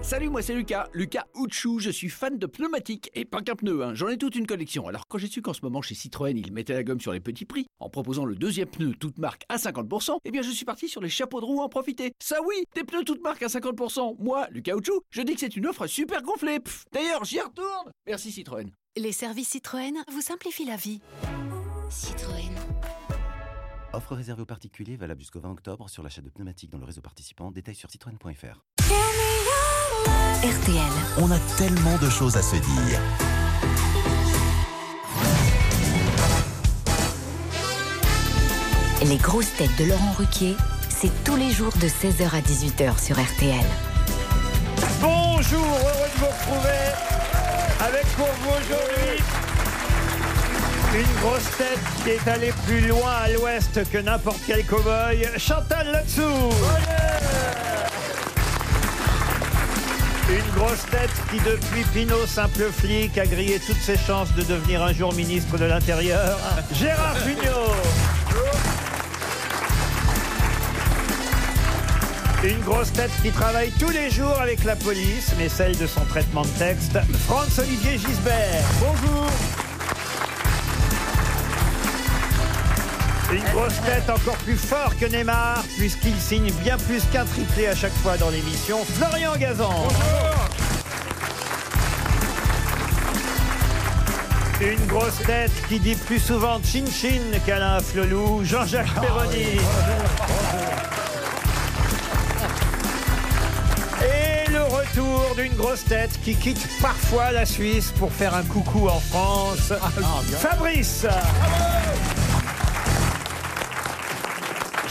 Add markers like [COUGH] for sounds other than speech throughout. Salut, moi c'est Lucas, Lucas Ouchou, je suis fan de pneumatiques et pas qu'un pneu, hein. j'en ai toute une collection. Alors quand j'ai su qu'en ce moment chez Citroën ils mettaient la gomme sur les petits prix, en proposant le deuxième pneu toute marque à 50%, eh bien je suis parti sur les chapeaux de roue à en profiter. Ça oui, des pneus toute marque à 50%, moi, Lucas Ouchou, je dis que c'est une offre super gonflée. Pff, D'ailleurs, j'y retourne Merci Citroën. Les services Citroën vous simplifient la vie. Citroën. Offre réservée aux particuliers valable jusqu'au 20 octobre sur l'achat de pneumatiques dans le réseau participant. Détails sur citroën.fr. RTL. On a tellement de choses à se dire. Les grosses têtes de Laurent Ruquier, c'est tous les jours de 16h à 18h sur RTL. Bonjour, heureux de vous retrouver avec pour vous aujourd'hui une grosse tête qui est allée plus loin à l'ouest que n'importe quel cow-boy, Chantal Latsou. Une grosse tête qui, depuis Pinot, simple flic, a grillé toutes ses chances de devenir un jour ministre de l'Intérieur, Gérard Jugnot. Une grosse tête qui travaille tous les jours avec la police, mais celle de son traitement de texte, Franz-Olivier Gisbert. Bonjour. Une grosse tête encore plus fort que Neymar, puisqu'il signe bien plus qu'un triplé à chaque fois dans l'émission, Florian Gazan. Une grosse tête qui dit plus souvent Chin Chin qu'Alain Flelou, Jean-Jacques Ah Perroni. Et le retour d'une grosse tête qui quitte parfois la Suisse pour faire un coucou en France. Ah, Fabrice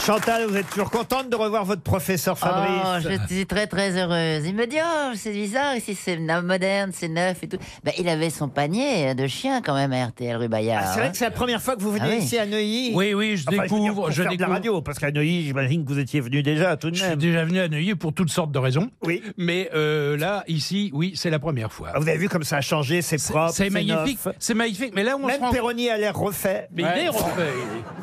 Chantal, vous êtes toujours contente de revoir votre Ah, professeur Fabrice Oh, je suis très très heureuse. Il me dit, oh, c'est bizarre ici, c'est na- moderne, c'est neuf et tout. Ben, il avait son panier de chien quand même à RTL rue Bayard. Ah, c'est vrai que c'est la première fois que vous venez Ah oui. ici à Neuilly. Oui, oui, je Enfin, veux dire, découvre. pour Je faire de la découvre. radio, parce qu'à Neuilly, j'imagine que vous étiez venu déjà tout de Je suis même. déjà venu à Neuilly pour toutes sortes de raisons. Oui. Mais euh, là, ici, oui, c'est la première fois. Ah, Vous avez vu comme ça a changé, c'est propre. c'est magnifique. neuf. C'est magnifique. Mais là, on se Même rend Perroni a l'air refait. Mais il est refait.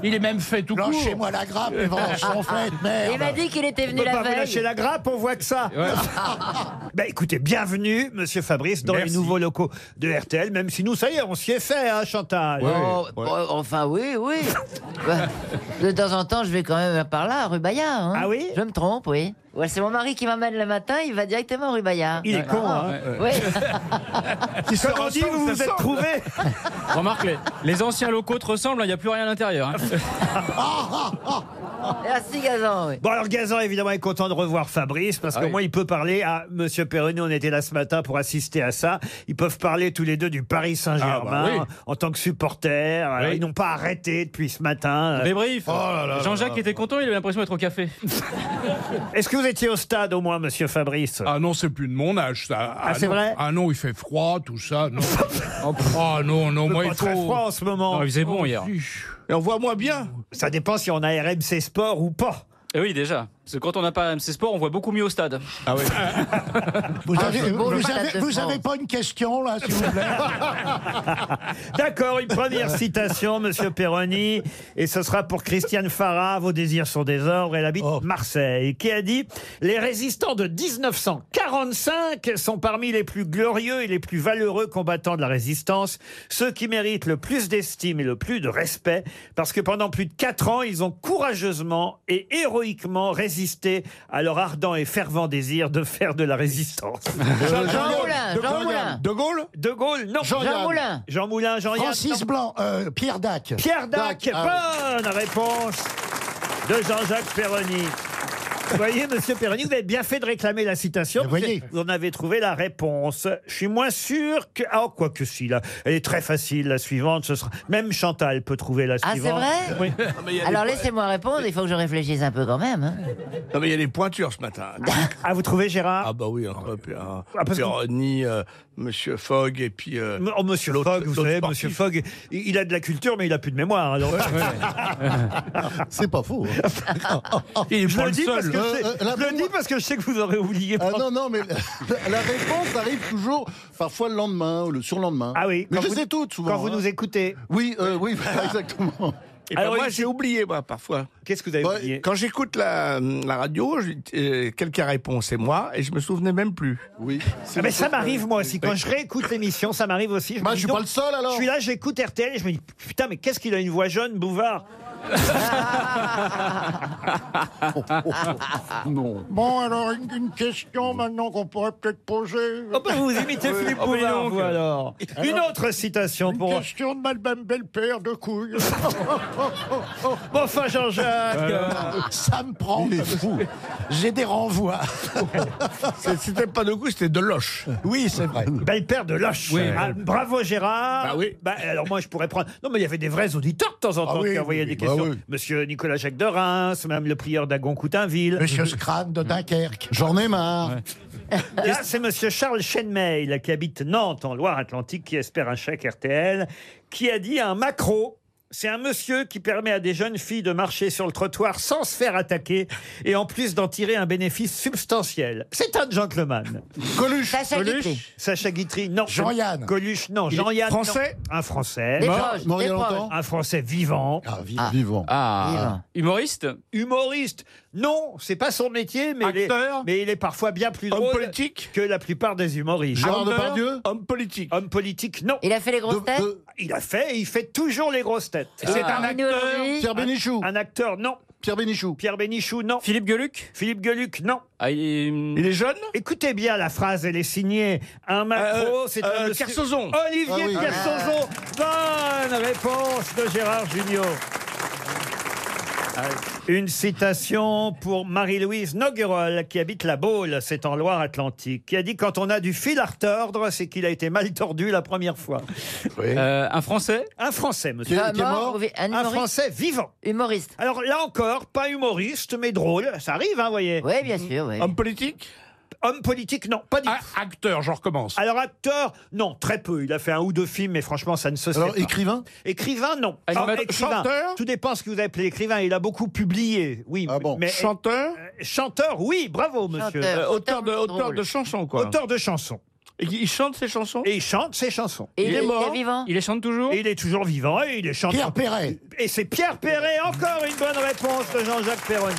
Il est même fait tout court. Lâchez-moi la Ah, grappe, les venges sont faites, Oh, Il m'a merde dit qu'il était On venu peut la pas vous veille. Ah. lâcher la grappe, on voit que ça. Ouais. [LAUGHS] Bah écoutez, bienvenue, monsieur Fabrice, dans les Merci. nouveaux locaux de RTL, même si nous, ça y est, on s'y est fait, hein, Chantal. Oh, oh, enfin oui, [LAUGHS] oui. Ben, de temps en temps, je vais quand même par là, rue Bayard. hein. Ah oui Je me trompe, oui. Ouais, c'est mon mari qui m'emmène le matin, il va directement rue Bayard. Il est con, hein. Oui. Comme on dit, vous vous êtes trouvés. [LAUGHS] Remarque, les, les anciens locaux te ressemblent, il n'y a plus rien à l'intérieur. hein. [LAUGHS] Merci Gazan, oui. Bon, alors Gazan, évidemment, est content de revoir Fabrice, parce Ah qu'au oui. moins, il peut parler à Monsieur Perroni. On était là ce matin pour assister à ça. Ils peuvent parler tous les deux du Paris Saint-Germain Ah, bah en tant que supporters. Alors, Oui. Ils n'ont pas arrêté depuis ce matin. euh, Oh Débrief. là là Jean-Jacques était content, il avait l'impression d'être au [LAUGHS] café. Est-ce que vous étiez au stade, au moins, Monsieur Fabrice Ah non, c'est plus de mon âge, ça. Ah, c'est non. vrai Ah non, il fait froid, tout ça. [LAUGHS] Non. oh, pff, ah non, non, moi, Pas il très faut. froid en ce moment. Oh, Non, il faisait bon hier. Et on voit moins bien Ça dépend si on a RMC Sport ou pas. Eh oui, déjà. Parce que quand on n'a pas MC Sport, on voit beaucoup mieux au stade. Ah Vous Ah, avez, c'est beau, vous le Stade avez- de vous France. avez pas une question, là, s'il vous plaît D'accord, une première citation, Monsieur Perroni, et ce sera pour Christiane Farah. Vos désirs sont des ordres. Elle habite Marseille, qui a dit Les résistants de 1945 sont parmi les plus glorieux et les plus valeureux combattants de la résistance, ceux qui méritent le plus d'estime et le plus de respect, parce que pendant plus de quatre ans, ils ont courageusement et héroïquement résisté à leur ardent et fervent désir de faire de la résistance. [LAUGHS] Jean Moulin, Jean Moulin. De Gaulle De Gaulle, non. [LAUGHS] Jean Moulin. Jean Moulin, Jean-Yann. Francis Blanc, euh, Pierre Dac. Pierre Dac, ah bonne réponse de Jean-Jacques Perroni. Vous voyez, monsieur Perroni, vous avez bien fait de réclamer la citation. Mais voyez. Vous en avez trouvé la réponse. Je suis moins sûr que. Ah, quoi que si, là. Elle est très facile, la suivante. Ce sera... Même Chantal peut trouver la Ah, c'est suivante. vrai Oui. Alors laissez-moi répondre, il faut que je réfléchisse un peu quand même. hein. Non, mais il y a des pointures ce matin. Ah, vous trouvez Gérard Ah, Ah, bah oui, entre Pierre- parce que- Perroni, euh, Monsieur Fogg et puis. euh, M- oh, monsieur l'autre- Fogg, vous l'autre savez, sportif. monsieur Fogg, il il a de la culture, mais il a plus de mémoire. hein, alors. oui. C'est pas faux. hein. [LAUGHS] Il est je pas le le dis, parce seul. que Euh, je sais- euh, la je le dis mémoire- parce que je sais que vous aurez oublié. Ah non, non, mais la, la réponse arrive toujours, parfois le lendemain, ou le surlendemain. Ah oui, mais quand je vous- sais toutes souvent. Quand vous hein. nous écoutez. Oui, euh, oui, voilà, [LAUGHS] exactement. Et ben Alors, moi, il- j'ai oublié, moi, parfois. Qu'est-ce que vous avez Ouais, oublié quand j'écoute la, la radio, je- euh, quelqu'un répond, c'est moi, et je me souvenais même plus. Oui. Ah, mais ça m'arrive moi aussi. Quand je réécoute l'émission, ça m'arrive aussi. Moi, me je dis suis donc, pas le seul, alors Je suis là, j'écoute RTL et je me dis putain, mais qu'est-ce qu'il a une voix jeune, [LAUGHS] Bouvard Bon, alors, une, une question maintenant qu'on pourrait peut-être poser. Oh, bah, Vous imitez Philippe Ah, Oh, mais Bouvard, donc. vous alors. Une autre citation Une bah, pour. question de Madame Belle-Père de [LAUGHS] couilles. Bon, enfin, Jean-Jacques. ça me prend. Il est fou. J'ai des renvois. C'est- C'était pas de goût, c'était de loche. Oui, c'est vrai. Belle paire de loches. Oui. Ah, bravo Gérard. Bah oui. alors moi je pourrais prendre. Non mais il y avait des vrais auditeurs de temps en temps oui, qui envoyaient oui, des oui, bah questions. oui. Monsieur Nicolas Jacques de Reims, même le prieur d'Agon Coutainville. Monsieur Scran de Dunkerque. J'en ai marre. [LAUGHS] Là c'est Monsieur Charles Chenmail qui habite Nantes en Loire-Atlantique qui espère un chèque RTL qui a dit un macro. C'est un monsieur qui permet à des jeunes filles de marcher sur le trottoir sans se faire attaquer et en plus d'en tirer un bénéfice substantiel. C'est un gentleman. Coluche. Sacha Guitry. Sacha Guitry, non. Jean-Yann. Coluche, non. Il est Jean-Yann. non. français Un français. Des Mort, proches, mort il y des a longtemps. proches. Un Français vivant, Ah, vi- Ah. vivant. Vivant. Humoriste humoriste. Non, c'est pas son métier, mais, il est, Acteur mais il est parfois bien plus Homme drôle politique que la plupart des humoristes. Gérard Chanteur Depardieu Homme politique. Homme politique, non. Il a fait les grosses De- têtes de- Il a fait, et il fait toujours les grosses têtes. C'est un Parmi nous acteur aujourd'hui. Pierre Bénichou. Un acteur, non. Pierre Bénichou. Pierre Bénichou, non. Philippe Gueluc Philippe Gueluc, non. ah, il est- Il est jeune Écoutez bien la phrase, elle est signée. Un macro, Euh, c'est euh, un monsieur- Kersozon. Olivier Ah oui. Kersozon. Ah. Bonne réponse de Gérard Junior. Une citation pour Marie-Louise Noguerol, qui habite la Baule, c'est en Loire-Atlantique, qui a dit Quand on a du fil à retordre, c'est qu'il a été mal tordu la première fois. Euh, un Français Un Français, monsieur. Qui est mort ou vi- un Un humoriste. Français vivant. humoriste. Alors là encore, pas humoriste, mais drôle. Ça arrive, hein, voyez. Oui, bien sûr, oui. Homme politique Homme politique, non, pas du tout. acteur, je recommence. Alors acteur, non, très peu. Il a fait un ou deux films, mais franchement, ça ne se sait Alors, pas. écrivain Écrivain, non. Animateur- écrivain, chanteur Tout dépend ce que vous appelez écrivain. Il a beaucoup publié, oui. Ah bon. mais, Chanteur euh, chanteur, oui, bravo, monsieur. Chanteur. Euh, Auteur de, auteur Drôle. de chansons, quoi. Auteur de chansons. Et qui- il chante ses chansons Et il chante ses chansons. Et il est mort. vivant. Il les chante toujours Et il est toujours vivant et il est chanteur. Pierre Perret. Et c'est Pierre Perret, encore une bonne réponse de Jean-Jacques Perroni.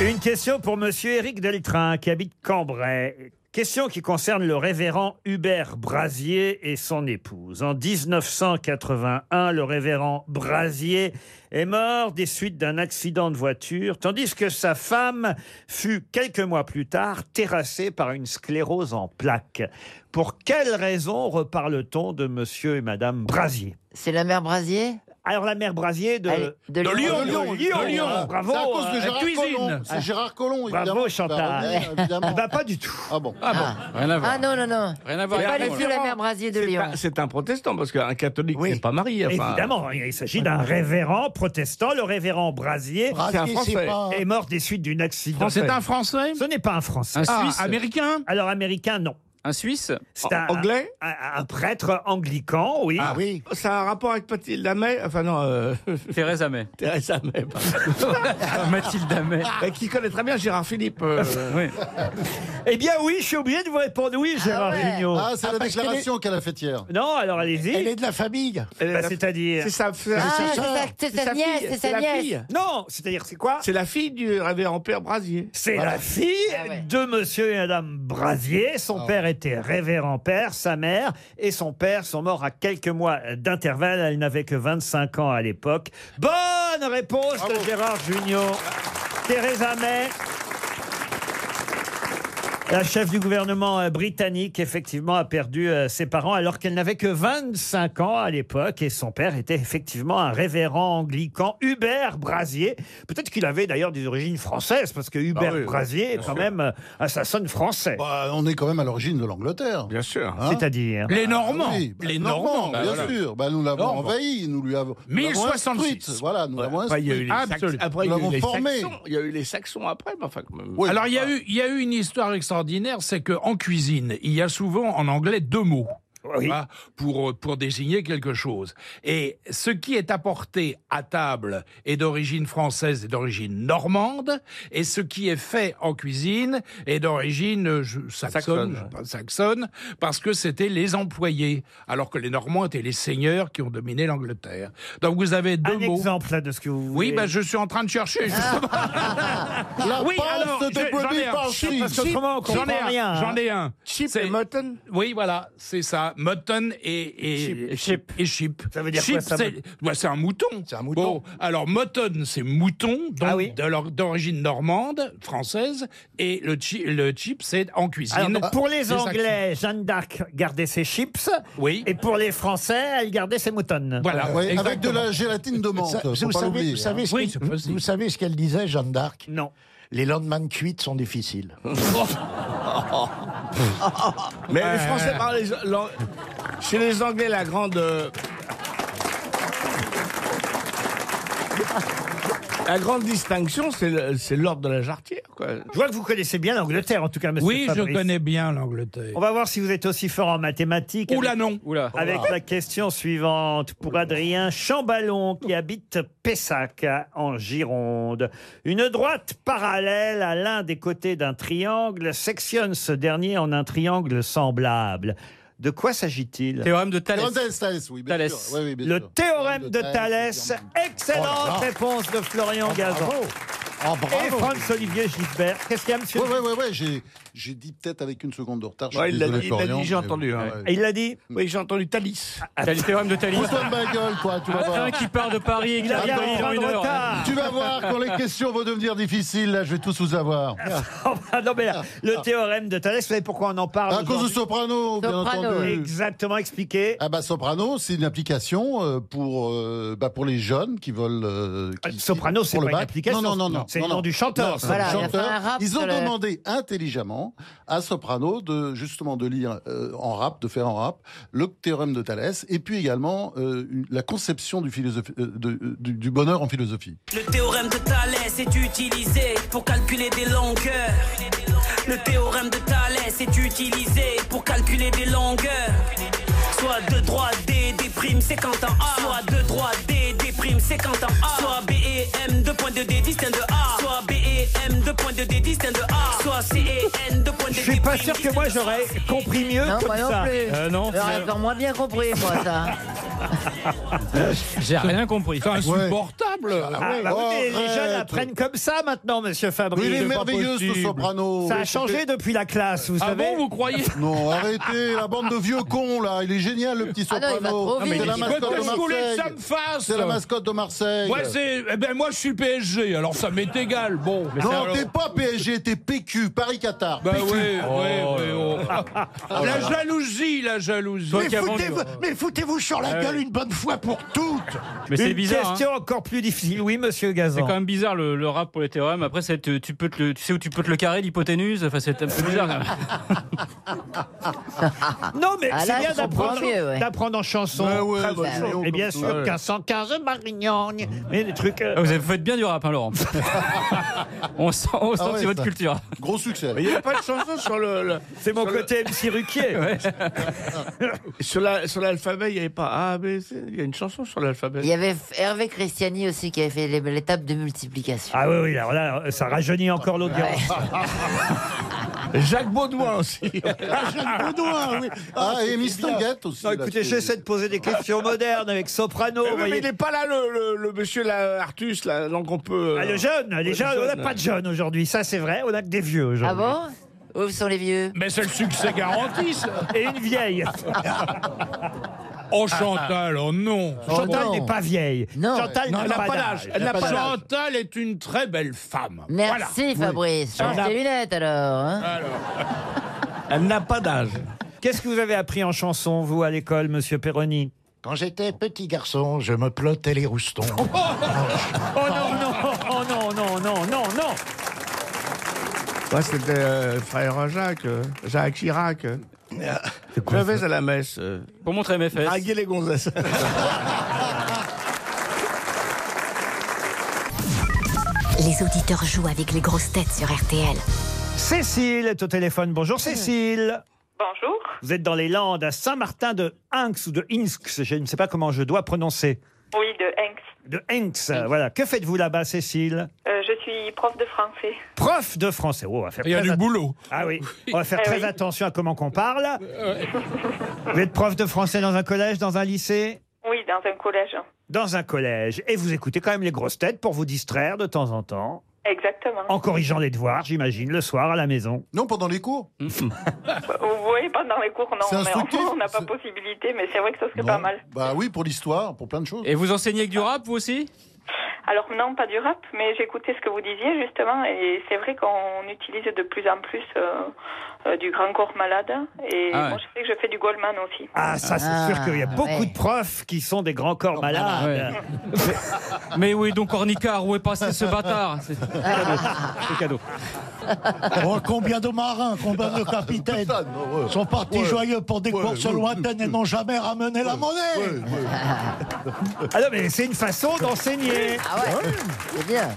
Une question pour Monsieur Éric Deltrain, qui habite Cambrai. Question qui concerne le révérend Hubert Brasier et son épouse. En 1981, le révérend Brasier est mort des suites d'un accident de voiture, tandis que sa femme fut quelques mois plus tard terrassée par une sclérose en plaques. Pour quelles raisons reparle-t-on de monsieur et madame Brasier C'est la mère Brasier Alors la mère Brasier de... Elle- de De Lyon, Lyon, Lyon, Lyon. de Lyon. Ah, bravo, C'est à cause euh, de Gérard cuisine. Collomb. C'est Gérard Bravo, Collomb, évidemment. qui va Chantal. revenir, évidemment. Bah pas du tout. Ah bon. Ah bon, rien à voir. Ah non, non, non. Rien à voir. C'est pas Rien à du tout voir. la mère Brasier de C'est Lyon. un- C'est un protestant, parce qu'un catholique Oui. n'est pas marié. enfin. Évidemment, hein, il s'agit d'un révérend protestant, le révérend Brasier Brasier, C'est un Français. pas- est mort des suites d'une accident. Français. un Français Ce n'est pas un Français. Un Suisse américain Alors américain, non. Un Suisse C'est un, Anglais un, un prêtre anglican, oui. Ah oui. Ça a un rapport avec Mathilde May, enfin non, euh, Thérèse Amet. Theresa May, pardon. Mathilde Amet. Et qui connaît très bien Gérard Philippe. euh, Oui. Eh bien oui, je suis obligé de vous répondre oui, Gérard ouais. Jugnot. Ah, c'est la déclaration qu'elle a faite hier. Non, alors allez-y. est de la famille. elle Bah, est la- c'est-à-dire C'est sa, c'est Ah, sa c'est sœur. sa- c'est sa nièce, fille, c'est sa la nièce. fille. Non, c'est-à-dire c'est Ah. quoi C'est la fille du révérend père Brasier. C'est la fille Ah ouais. de monsieur et madame Brasier. Son père était révérend père, sa mère et son père sont morts à quelques mois d'intervalle. Elle n'avait que 25 ans à l'époque. Bonne réponse de Gérard Junior. Theresa May. La chef du gouvernement euh, britannique, effectivement, a perdu euh, ses parents alors qu'elle n'avait que 25 ans à l'époque et son père était effectivement un révérend anglican, Hubert Brasier. Peut-être qu'il avait d'ailleurs des origines françaises parce que Hubert oui, Brasier est quand même euh, ah, ça sonne français. Bah, on est quand même à l'origine de l'Angleterre. Bien sûr. Ah Hein C'est-à-dire Les Normands. Oui, bah, les Normands, Normands. bien sûr. Bah, nous l'avons Normands. envahi, nous lui avons. nous l'avons 1066. instruite. Voilà, nous l'avons Après, il y a eu les instruite. Saxons. Absolument. Après, il y Nous a eu l'avons les formé. Saxons. Il y a eu les Saxons après, mais enfin. quand même. Oui. Alors, il y, a eu, il y a eu une histoire extraordinaire, c'est qu'en cuisine, il y a souvent en anglais deux mots. voilà, pour, pour désigner quelque chose. Et ce qui est apporté à table est d'origine française et d'origine normande, et ce qui est fait en cuisine est d'origine euh, je- saxonne, Saxonne, je sais ouais. pas, saxonne, parce que c'était les employés, alors que les Normands étaient les seigneurs qui ont dominé l'Angleterre. Donc vous avez deux Un mots. exemple là, de ce que vous voulez. Oui, ben, je suis en train [LAUGHS] de chercher. justement. Ah. La Ah, oui, passe alors, de je- j'en ai un. Bobby Parsley. Parce qu'autrement, on J'en ai comprend un, rien. hein. j'en ai un. Chip C'est- et mutton Oui, voilà, c'est ça. Mutton et, et, Chip. et chip. Ça veut dire Chip, quoi, ça, c'est mut- bah, c'est un mouton. C'est un mouton. Bon, alors mutton, c'est mouton, donc Ah oui. de leur- d'origine normande, française, et le, chi- le chip, c'est en cuisine. Alors, donc, pour les C'est ça que- Anglais, Jeanne d'Arc gardait ses chips. Oui. Et pour les Français, elle gardait ses moutonnes. Euh, Voilà, Ah ouais, avec de exactement. la gélatine de menthe. Ça- faut vous, pas savez, vous, l'oublier, hein. savez ce Oui, que- c'est possible. vous savez ce qu'elle disait, Jeanne d'Arc Non. Oh, Les lendemains de cuite [LAUGHS] sont difficiles. Ah, Mais les Français parlent les- l'an- Chez les Anglais, la grande. euh, La grande distinction, c'est le- c'est l'ordre de la jarretière. Quoi. Je vois que vous connaissez bien l'Angleterre, en tout cas, monsieur Oui, je Fabrice. connais bien l'Angleterre. On va voir si vous êtes aussi fort en mathématiques. Oula non Oula. Avec la question suivante pour Adrien Chamballon qui habite Pessac en Gironde. Une droite parallèle à l'un des côtés d'un triangle sectionne ce dernier en un triangle semblable. De quoi s'agit-il Théorème de Thalès. Thalès, Thalès, oui, bien Thalès. sûr. Oui, oui, bien Le sûr. théorème de Thalès. Oh là Excellente là. réponse de Oh, Florian Gazan. Bravo Ah, Et bravo Franz-Olivier Gisbert. Qu'est-ce qu'il y a, monsieur Oui, oui, oui, Oh, ouais, j'ai- j'ai dit peut-être avec une seconde de retard. je suis Ouais, il l'a désolé, dit- il l'a Florian, dit, j'ai mais entendu, ouais. hein. Et Il l'a dit. Oui, j'ai entendu Ah, Thalys. Thalès, Théorème de Thalès. Fous-toi de ma gueule, toi, tu vas voir. Un qui part de Paris et qui Il a arrive bien un dans point de une heure. retard. Tu vas voir, quand les questions vont devenir difficiles, là, je vais tous [LAUGHS] vous avoir. Oh, bah, non, mais là, le théorème de Thalès, vous savez pourquoi on en parle À cause de aujourd'hui Soprano, bien Soprano, entendu. Exactement expliqué. Ah bah Soprano, c'est une application euh, pour euh, bah, pour les jeunes qui veulent. euh, qui- Ah, Soprano, c'est pas pour le une bac. application. Non non non, non C'est non, le nom non. du chanteur. Non, c'est Voilà, le il a chanteur. fait un rap Ils ont sur le- demandé intelligemment à Soprano de justement de lire euh, en rap, de faire en rap le théorème de Thalès et puis également euh, une- la conception du philosophe- euh, de- euh, du, du bonheur en philosophie. Le théorème de Thalès est utilisé pour calculer des longueurs. Le théorème de Thalès est utilisé pour calculer des longueurs. Soit 2 droite D déprime c'est quand un A. Soit 2 droite D déprime c'est quand un A. Soit B et M 2.2 D distinct de A. Soit B et M 2.2 D distinct de A. Soit C et N 2.2 D Je suis pas déprime sûr que moi distinct de A. j'aurais compris mieux Non, comme moi non ça. plus. Euh, non, J'aurais encore moins bien compris, moi, ça. [LAUGHS] j'ai rien compris. C'est insupportable Ah, bah oui, mais les arrête. jeunes apprennent comme ça maintenant, monsieur Fabrice. Oui, il est C'est pas merveilleux ce possible. Soprano. Ça a changé depuis la classe, vous Ah savez. bon, vous croyez [LAUGHS] Non, arrêtez, la bande de vieux cons là, il est génial le petit Ah non, Soprano. il va trop vite. C'est la Mais mascotte Que de vous voulez que ça me Marseille. fasse C'est la mascotte de Marseille. Moi, c'est, eh ben, moi, je suis PSG, alors ça m'est égal. Bon. Non, t'es pas PSG, t'es PQ, Paris-Qatar. Ben oui, oui, oui. oh. La jalousie, la jalousie. Toi qui as vendu. Foutez-vous- Mais foutez-vous sur la gueule une bonne fois pour toutes Mais c'est Une bizarre. hein. question encore plus difficile. Oui, monsieur Gazan. C'est quand même bizarre le, le rap pour les théorèmes. Après, c'est- tu, tu peux te le- tu sais où tu peux te le carrer, l'hypoténuse. Enfin, c'est un peu bizarre. quand même. Non, mais Ah, c'est là, bien je comprends d'apprendre mieux, ouais. d'apprendre en chanson. Ben ouais, Très bah, bien. voyons, Et bien comme sûr, 1515 Marignan. Mais des trucs. euh, Ah, Vous avez- faites bien du rap, hein, [LAUGHS] Laurent. on sent, on sent Ah que ouais, c'est votre ça. culture. Gros succès. Mais il n'y a pas de chanson sur le. le- C'est mon sur le- côté MC [LAUGHS] Ruquier. sur la- sur l'alphabet, il n'y avait pas A, B, C. Il y a une chanson sur l'alphabet. Eh Il y avait Hervé Christiani aussi qui avait fait les- l'étape de multiplication. Ah oui, oui, alors là, ça rajeunit encore l'audience. [LAUGHS] Jacques Baudouin [LAUGHS] aussi. Baudouin, oui. Ah, et Miss Tinguette aussi. Non, là, Ah, écoutez, c'est- j'essaie de poser des questions modernes avec Soprano. Mais oui, vous mais voyez. il n'est pas là, le, le- le monsieur là, Artus, là, donc on peut. euh, Ah, le jeune, les le jeunes, on n'a jeune, pas ouais. de jeunes aujourd'hui, ça c'est vrai, on a que des vieux Ah aujourd'hui. bon Où sont les vieux Mais c'est le succès [LAUGHS] garanti, ça. Et une vieille. Oh, Chantal, oh non. Chantal non. n'est pas vieille. Non. Chantal Non, elle n'a n'a pas pas d'âge. d'âge. Elle n'a pas d'âge. Chantal est une très belle femme. Merci, Fabrice. Change Ah. tes lunettes, alors. Euh, hein. Elle n'a pas d'âge. Qu'est-ce que vous avez appris en chanson, vous, à l'école, monsieur Perroni Quand j'étais petit garçon, je me plottais les roustons. Oh non, non, oh non, non, non, non, non Moi, c'était euh, frère Jacques, euh, Jacques Chirac. euh. Je vais à la messe. euh, Pour montrer mes fesses. draguer les gonzesses. Les auditeurs jouent avec les grosses têtes sur RTL. Cécile est au téléphone. Bonjour Cécile. Bonjour. Vous êtes dans les Landes, à Saint-Martin de Hinx ou de Inx, je ne sais pas comment je dois prononcer. Oui, de Henks. De Hinx, voilà. Que faites-vous là-bas, Cécile Euh, je suis prof de français. Prof de français. Oh, on va faire Il y a très du att- boulot. Ah oui, on va faire Eh très oui. attention à comment qu'on parle. Vous êtes prof de français dans un collège, dans un lycée [LAUGHS] Oui, dans un collège. Dans un collège. Et vous écoutez quand même les grosses têtes pour vous distraire de temps en temps. Exactement. En corrigeant les devoirs, j'imagine, le soir à la maison. Non, pendant les cours. Euh, Oui, pendant les cours, non. C'est on est- instructif, [LAUGHS] On n'a pas possibilité, mais c'est vrai que ça serait pas mal. Bah oui, pour l'histoire, pour plein de choses. Et vous enseignez que du rap, vous aussi Alors non, pas du rap, mais j'écoutais ce que vous disiez justement, et c'est vrai qu'on utilise de plus en plus euh, euh, du grand corps malade, et Ah ouais. moi je sais que je fais du Goldman aussi. Ah, ça, c'est sûr qu'il y a beaucoup de profs qui sont des grands corps malades. Mais oui, donc Ornicard, où est passé ce bâtard C'est Ah. c'est cadeau. [LAUGHS] Oh, combien de marins, combien de capitaines sont partis Ouais. joyeux pour des Ouais, courses ouais. lointaines et n'ont jamais ramené la monnaie Ah non, mais c'est une façon d'enseigner. Ah ouais, c'est bien.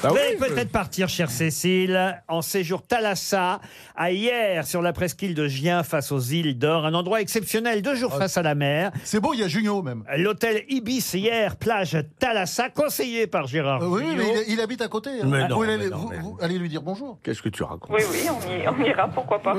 Bah Vous allez peut-être partir, chère Cécile, en séjour Thalassa, à hier, sur la presqu'île de Gien, face aux îles d'Or. Un endroit exceptionnel, deux jours face à la mer. Ah. C'est beau, il y a Junio même. L'hôtel Ibis hier, plage Thalassa, conseillé par Gérard. Oui, oui, Jugnot. mais il, il habite à côté. hein. Mais Vous non, pouvez mais aller- non, vous- mais- vous allez lui dire bonjour. Qu'est-ce que tu racontes Oui, oui, on, y- on ira, pourquoi pas.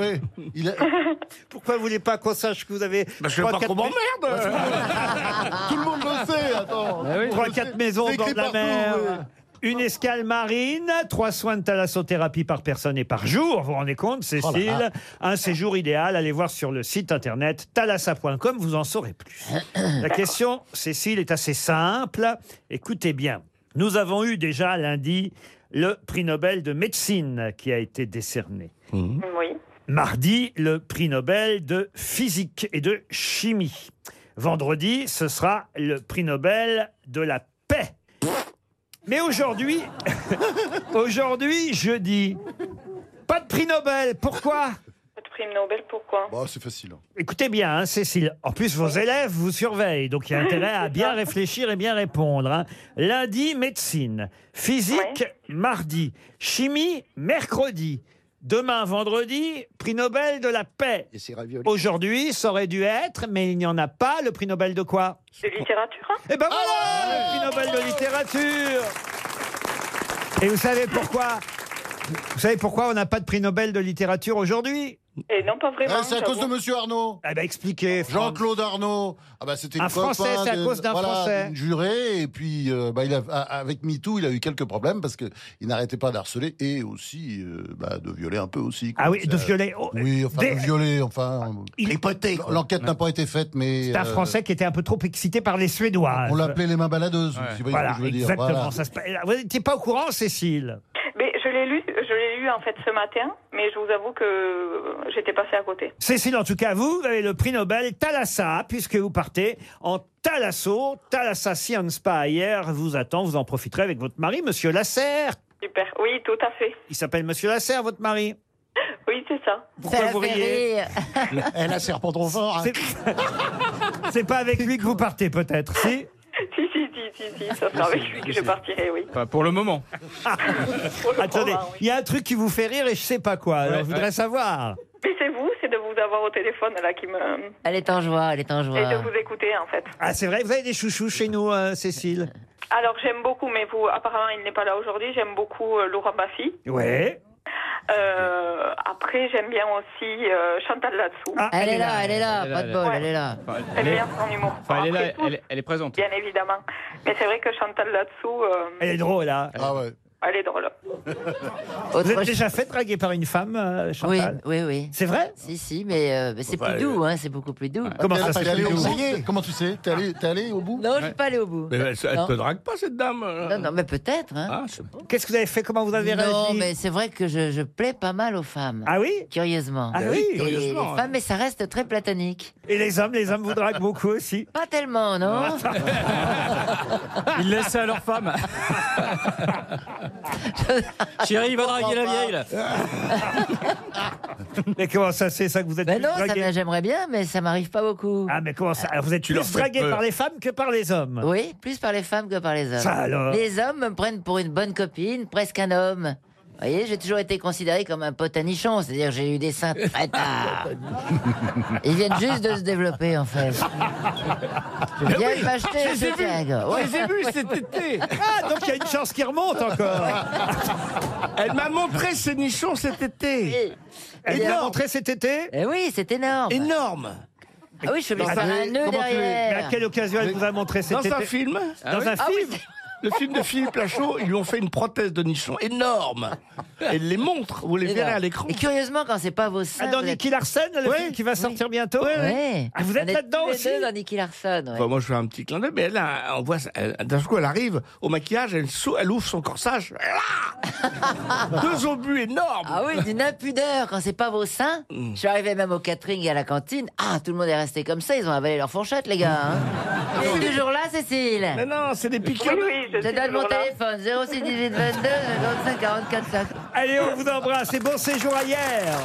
[LAUGHS] Pourquoi vous voulez pas qu'on sache que vous avez. Parce que Bah, je sais pas Trois, qu'on quatre m'emmerde Tout le monde le sait, attends. Trois, quatre maisons au C'est bord de écrit la partout, mer. oui. Une escale marine, trois soins de thalassothérapie par personne et par jour, vous vous rendez compte, Oh là Cécile là. Un séjour idéal, allez voir sur le site internet thalassa.com, vous en saurez plus. [COUGHS] La question, Cécile, est assez simple. Écoutez bien, nous avons eu déjà lundi le prix Nobel de médecine qui a été décerné. Mhm. Oui. Mardi, le prix Nobel de physique et de chimie. Vendredi, ce sera le prix Nobel de la paix. Mais aujourd'hui, [LAUGHS] aujourd'hui, jeudi, pas de prix Nobel. Pourquoi Votre prime Nobel, pourquoi Bah, c'est facile. Écoutez bien, hein, Cécile. En plus, vos élèves vous surveillent, donc il y a intérêt à bien réfléchir et bien répondre. hein. Lundi, médecine. Physique, mardi. Chimie, mercredi. Demain, vendredi, prix Nobel de la paix. Aujourd'hui, ça aurait dû être, mais il n'y en a pas. Le prix Nobel de quoi De littérature hein Eh ben voilà Le prix Nobel de littérature Et vous savez pourquoi Vous savez pourquoi on n'a pas de prix Nobel de littérature aujourd'hui [LAUGHS] Et non, pas Ah, c'est à cause de Monsieur Arnaud. Eh ben expliquez. Jean-Claude Arnaud. Ah bah c'était Un le copain Français, c'est à de- cause d'un voilà, Français. d'une Jurée et puis euh, bah, il a, a- avec MeToo, il a eu quelques problèmes parce que il n'arrêtait pas d'harceler et aussi euh, bah, de violer un peu aussi. quoi. Ah oui, de Ça- violer, oh, Euh, oui, enfin des- de violer, enfin. Il- L'enquête n'a pas été faite, mais C'est un euh, Français qui était un peu trop excité par les Suédois. On l'appelait les mains baladeuses. si vous voyez Voilà, ce que je veux dire. exactement. Voilà. ça se pa- Vous n'étiez pas au courant, Cécile Mais je l'ai lu, je l'ai lu en fait ce matin, mais je vous avoue que j'étais passée à côté. [LAUGHS] Cécile, en tout cas, vous, vous avez le prix Nobel Thalassa, puisque vous partez en Thalasso. Thalassa Science Spa hier vous attend. Vous en profiterez avec votre mari, Monsieur Lasserre. Super, oui, tout à fait. Il s'appelle Monsieur Lasserre, votre mari. Oui, c'est ça. Pourquoi vous riez [LAUGHS] Elle a serpent trop fort. hein. C'est [LAUGHS] pas avec lui que vous partez, peut-être, si Si, si, si, si, si, ça sera avec lui que je partirai, [LAUGHS] oui. pour le moment. Attendez, il y a un truc qui vous fait rire et je sais pas quoi. Alors, je voudrais savoir. Mais c'est vous, c'est de vous avoir au téléphone là qui me. [LAUGHS] Elle est en joie, elle est en Et de joie. vous écouter en fait. Ah, c'est vrai, vous avez des chouchous chez nous, euh, Cécile Alors j'aime beaucoup, mais vous, apparemment il n'est pas là aujourd'hui, j'aime beaucoup euh, Laurent Baffy. Ouais. Euh, après j'aime bien aussi euh, Chantal Latsou. Ah, elle est là, elle est là, Elle est pas là, de bol, elle elle est là. J'aime bien son humour. Enfin, elle est là, elle, est- elle est présente. Bien évidemment. Mais c'est vrai que Chantal Latsou, euh, Elle est drôle, hein. là. Ah ouais. elle est drôle. Vous êtes déjà fait draguer par une femme, euh, Oui, Chantal oui, oui. C'est vrai Si, si, mais, euh, mais c'est Bah, plus euh, doux, hein, c'est beaucoup plus doux. Comment ça Ah, se t'es fait allé que au vous- bout Comment tu sais T'es allé, t'es allé au bout Non, je suis pas allé au bout. Mais elle, elle Non. te drague pas, cette dame euh. Non, non, mais peut-être. Hein. Qu'est-ce que vous avez fait Comment vous avez Non, réagi [LAUGHS] mais c'est vrai que je, je plais pas mal aux femmes. Ah oui Bah Curieusement. Ah oui, Et curieusement, les hein. femmes, mais ça reste très platonique. Et les hommes, les hommes vous draguent beaucoup aussi. Pas tellement, non Ah. Ils laissent ça à leur [LAUGHS] femme. Chérie, il va draguer la vieille, là. Mais comment ça, c'est ça que vous êtes [LAUGHS] Ben plus non, ça dragué m'a- j'aimerais bien, mais ça m'arrive pas beaucoup. Ah, mais comment ça Alors, vous êtes Tu leur plus fais dragué peur. par les femmes que par les hommes Oui, plus par les femmes que par les hommes. Ça alors Les hommes me prennent pour une bonne copine, presque un homme. Vous voyez, j'ai toujours été considéré comme un potanichon, c'est-à-dire que j'ai eu des seins très [LAUGHS] tard. [LAUGHS] Ils viennent juste de se développer, en fait. Eh Je Mais viens Ah oui, de m'acheter je les ai ce vus, Tiago. je les ai vus cet été. Ah, donc il y a une chance qui remonte encore. [LAUGHS] Elle m'a montré ses nichons cet été. Elle l'a montré cet été Eh oui, c'est énorme. Énorme. Ah oui, je suis obligé de Dans faire un- un nœud comment tu- derrière. mais à quelle occasion elle vous a montré cet Dans un été film Ah Dans oui un Ah film oui, [LAUGHS] Le film de Philippe Lachaud, ils lui ont fait une prothèse de nichon énorme. Elle les montre, vous Eh les Et ben. verrez là. à l'écran. Et curieusement, quand c'est pas vos seins. Ah, dans vous êtes- Nicky Larson, le Oui. film qui va sortir bientôt Oui, oui. Ah, Vous êtes On est là-dedans tous les aussi deux dans Nicky Larson, ouais. Enfin, moi, je fais un petit clin d'œil, mais là, on voit, elle- d'un coup, elle arrive au maquillage, elle, sou- elle ouvre son corsage. Ah Deux obus énormes. Ah oui, d'une impudeur quand c'est pas vos seins. Mm. Je suis arrivé même au catering et à la cantine. Ah, tout le monde est resté comme ça, ils ont avalé leur fourchette, les gars. hein. Ah, Tu es toujours là, Cécile Mais non, c'est des piqûres. Oui, oui, je te donne mon téléphone 06 18 22 55 44 5. Allez, on vous embrasse et bon séjour ailleurs.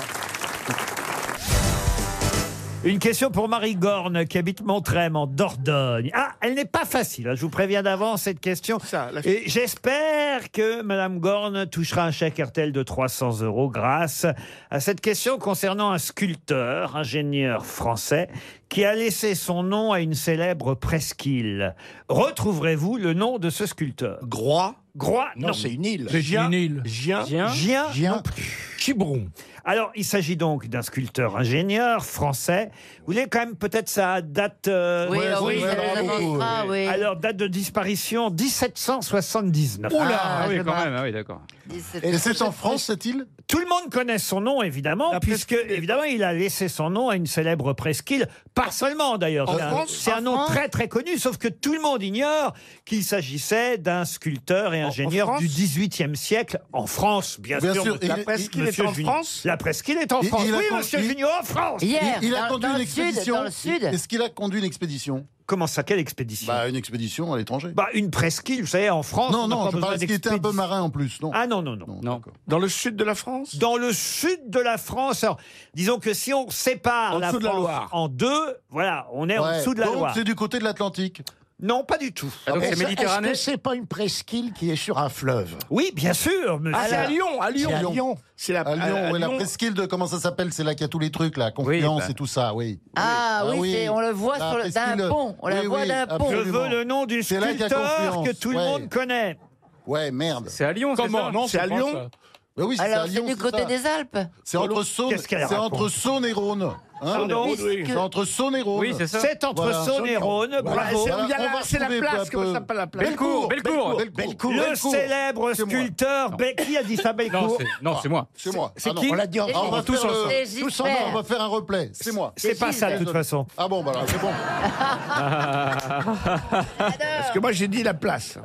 Une question pour Marie Gorne qui habite Montrem en Dordogne. Ah, elle n'est pas facile, hein, je vous préviens d'avance cette question. Et j'espère que Madame Gorne touchera un chèque RTL de 300 euros grâce à cette question concernant un sculpteur, ingénieur français, qui a laissé son nom à une célèbre presqu'île. Retrouverez-vous le nom de ce sculpteur Groix Groix, non. Non, c'est une île. C'est Gien- une île. Gien- Gien, Gien- non plus. Alors, il s'agit donc d'un sculpteur ingénieur français. Vous voulez quand même peut-être sa date. euh, Oui, ah oui, ça nous avancera, oui. Alors, date de disparition 1779. Oula, Ah, oui, je quand marque. même, ah oui, d'accord. Et c'est en France, cette île Tout le monde connaît son nom, évidemment, puisque, évidemment, il a laissé son nom à une célèbre presqu'île, pas seulement d'ailleurs. En C'est un- France C'est un En nom France très très connu, sauf que tout le monde ignore qu'il s'agissait d'un sculpteur et ingénieur France du XVIIIe siècle en France, bien, Bien sûr, monsieur- et la presqu'île est monsieur en Junior. France La presqu'île est en Il- France. il a oui, con- monsieur il- Junior, en France il, il a conduit une expédition. Est-ce qu'il a conduit une expédition Comment ça, quelle expédition Bah, une expédition à l'étranger. Bah, une presqu'île, vous savez, en France. Non, on n'a non, pas je besoin parle qu'il était un peu marin en plus, non Ah non, non, non. Dans le sud de la France Dans le sud de la France. Alors, disons que si on sépare En la dessous France de la Loire. en deux, voilà, on est en Ouais. dessous de la Donc, Loire. c'est du côté de l'Atlantique. Ah, Non, pas du Ah, Ah, tout. Est-ce- Est-ce que c'est pas une presqu'île qui est sur un fleuve Oui, bien sûr, monsieur. Ah, c'est à Lyon, à Lyon. C'est à Lyon. C'est la, à Lyon, euh, à- à ouais, la Lyon. presqu'île de, comment ça s'appelle C'est là qu'il y a tous les trucs, là, Confluence bah. et tout ça, oui. Ah oui, c'est- on le voit La sur le- d'un presqu'île. pont. On la Oui, voit oui, d'un pont. Je veux absolument. le nom du C'est là qu'il y a sculpteur que Confluence, tout le ouais. monde connaît. Ouais, merde. C'est à Lyon, c'est ça C'est à Lyon Bah oui, c'est Alors, à c'est Lyon, du c'est côté ça. des Alpes C'est entre Saône, Qu'est-ce qu'elle c'est raconte entre Saône et Rhône. Hein Pardon Oui, Oui. C'est entre Saône et Rhône. Ah Oui, c'est ça. C'est entre Saône et Rhône, bravo. c'est- il y a Voilà, la- on va c'est la retrouver place, peu à peu. comment ça s'appelle la place Bellecour, Bellecour, Bellecour, Le Bellecour. célèbre C'est moi. sculpteur, Be- qui a dit ça Non, Bellecour c'est- Non, c'est moi. C'est moi. C'est Ah non, qui On l'a dit en C'est on va Gilbert. faire le- C'est tous ensemble, Gilbert. on va faire un replay. C'est moi. C'est pas ça, de toute Gilbert. façon. Ah bon, voilà, c'est bon. Parce que moi, j'ai dit la place.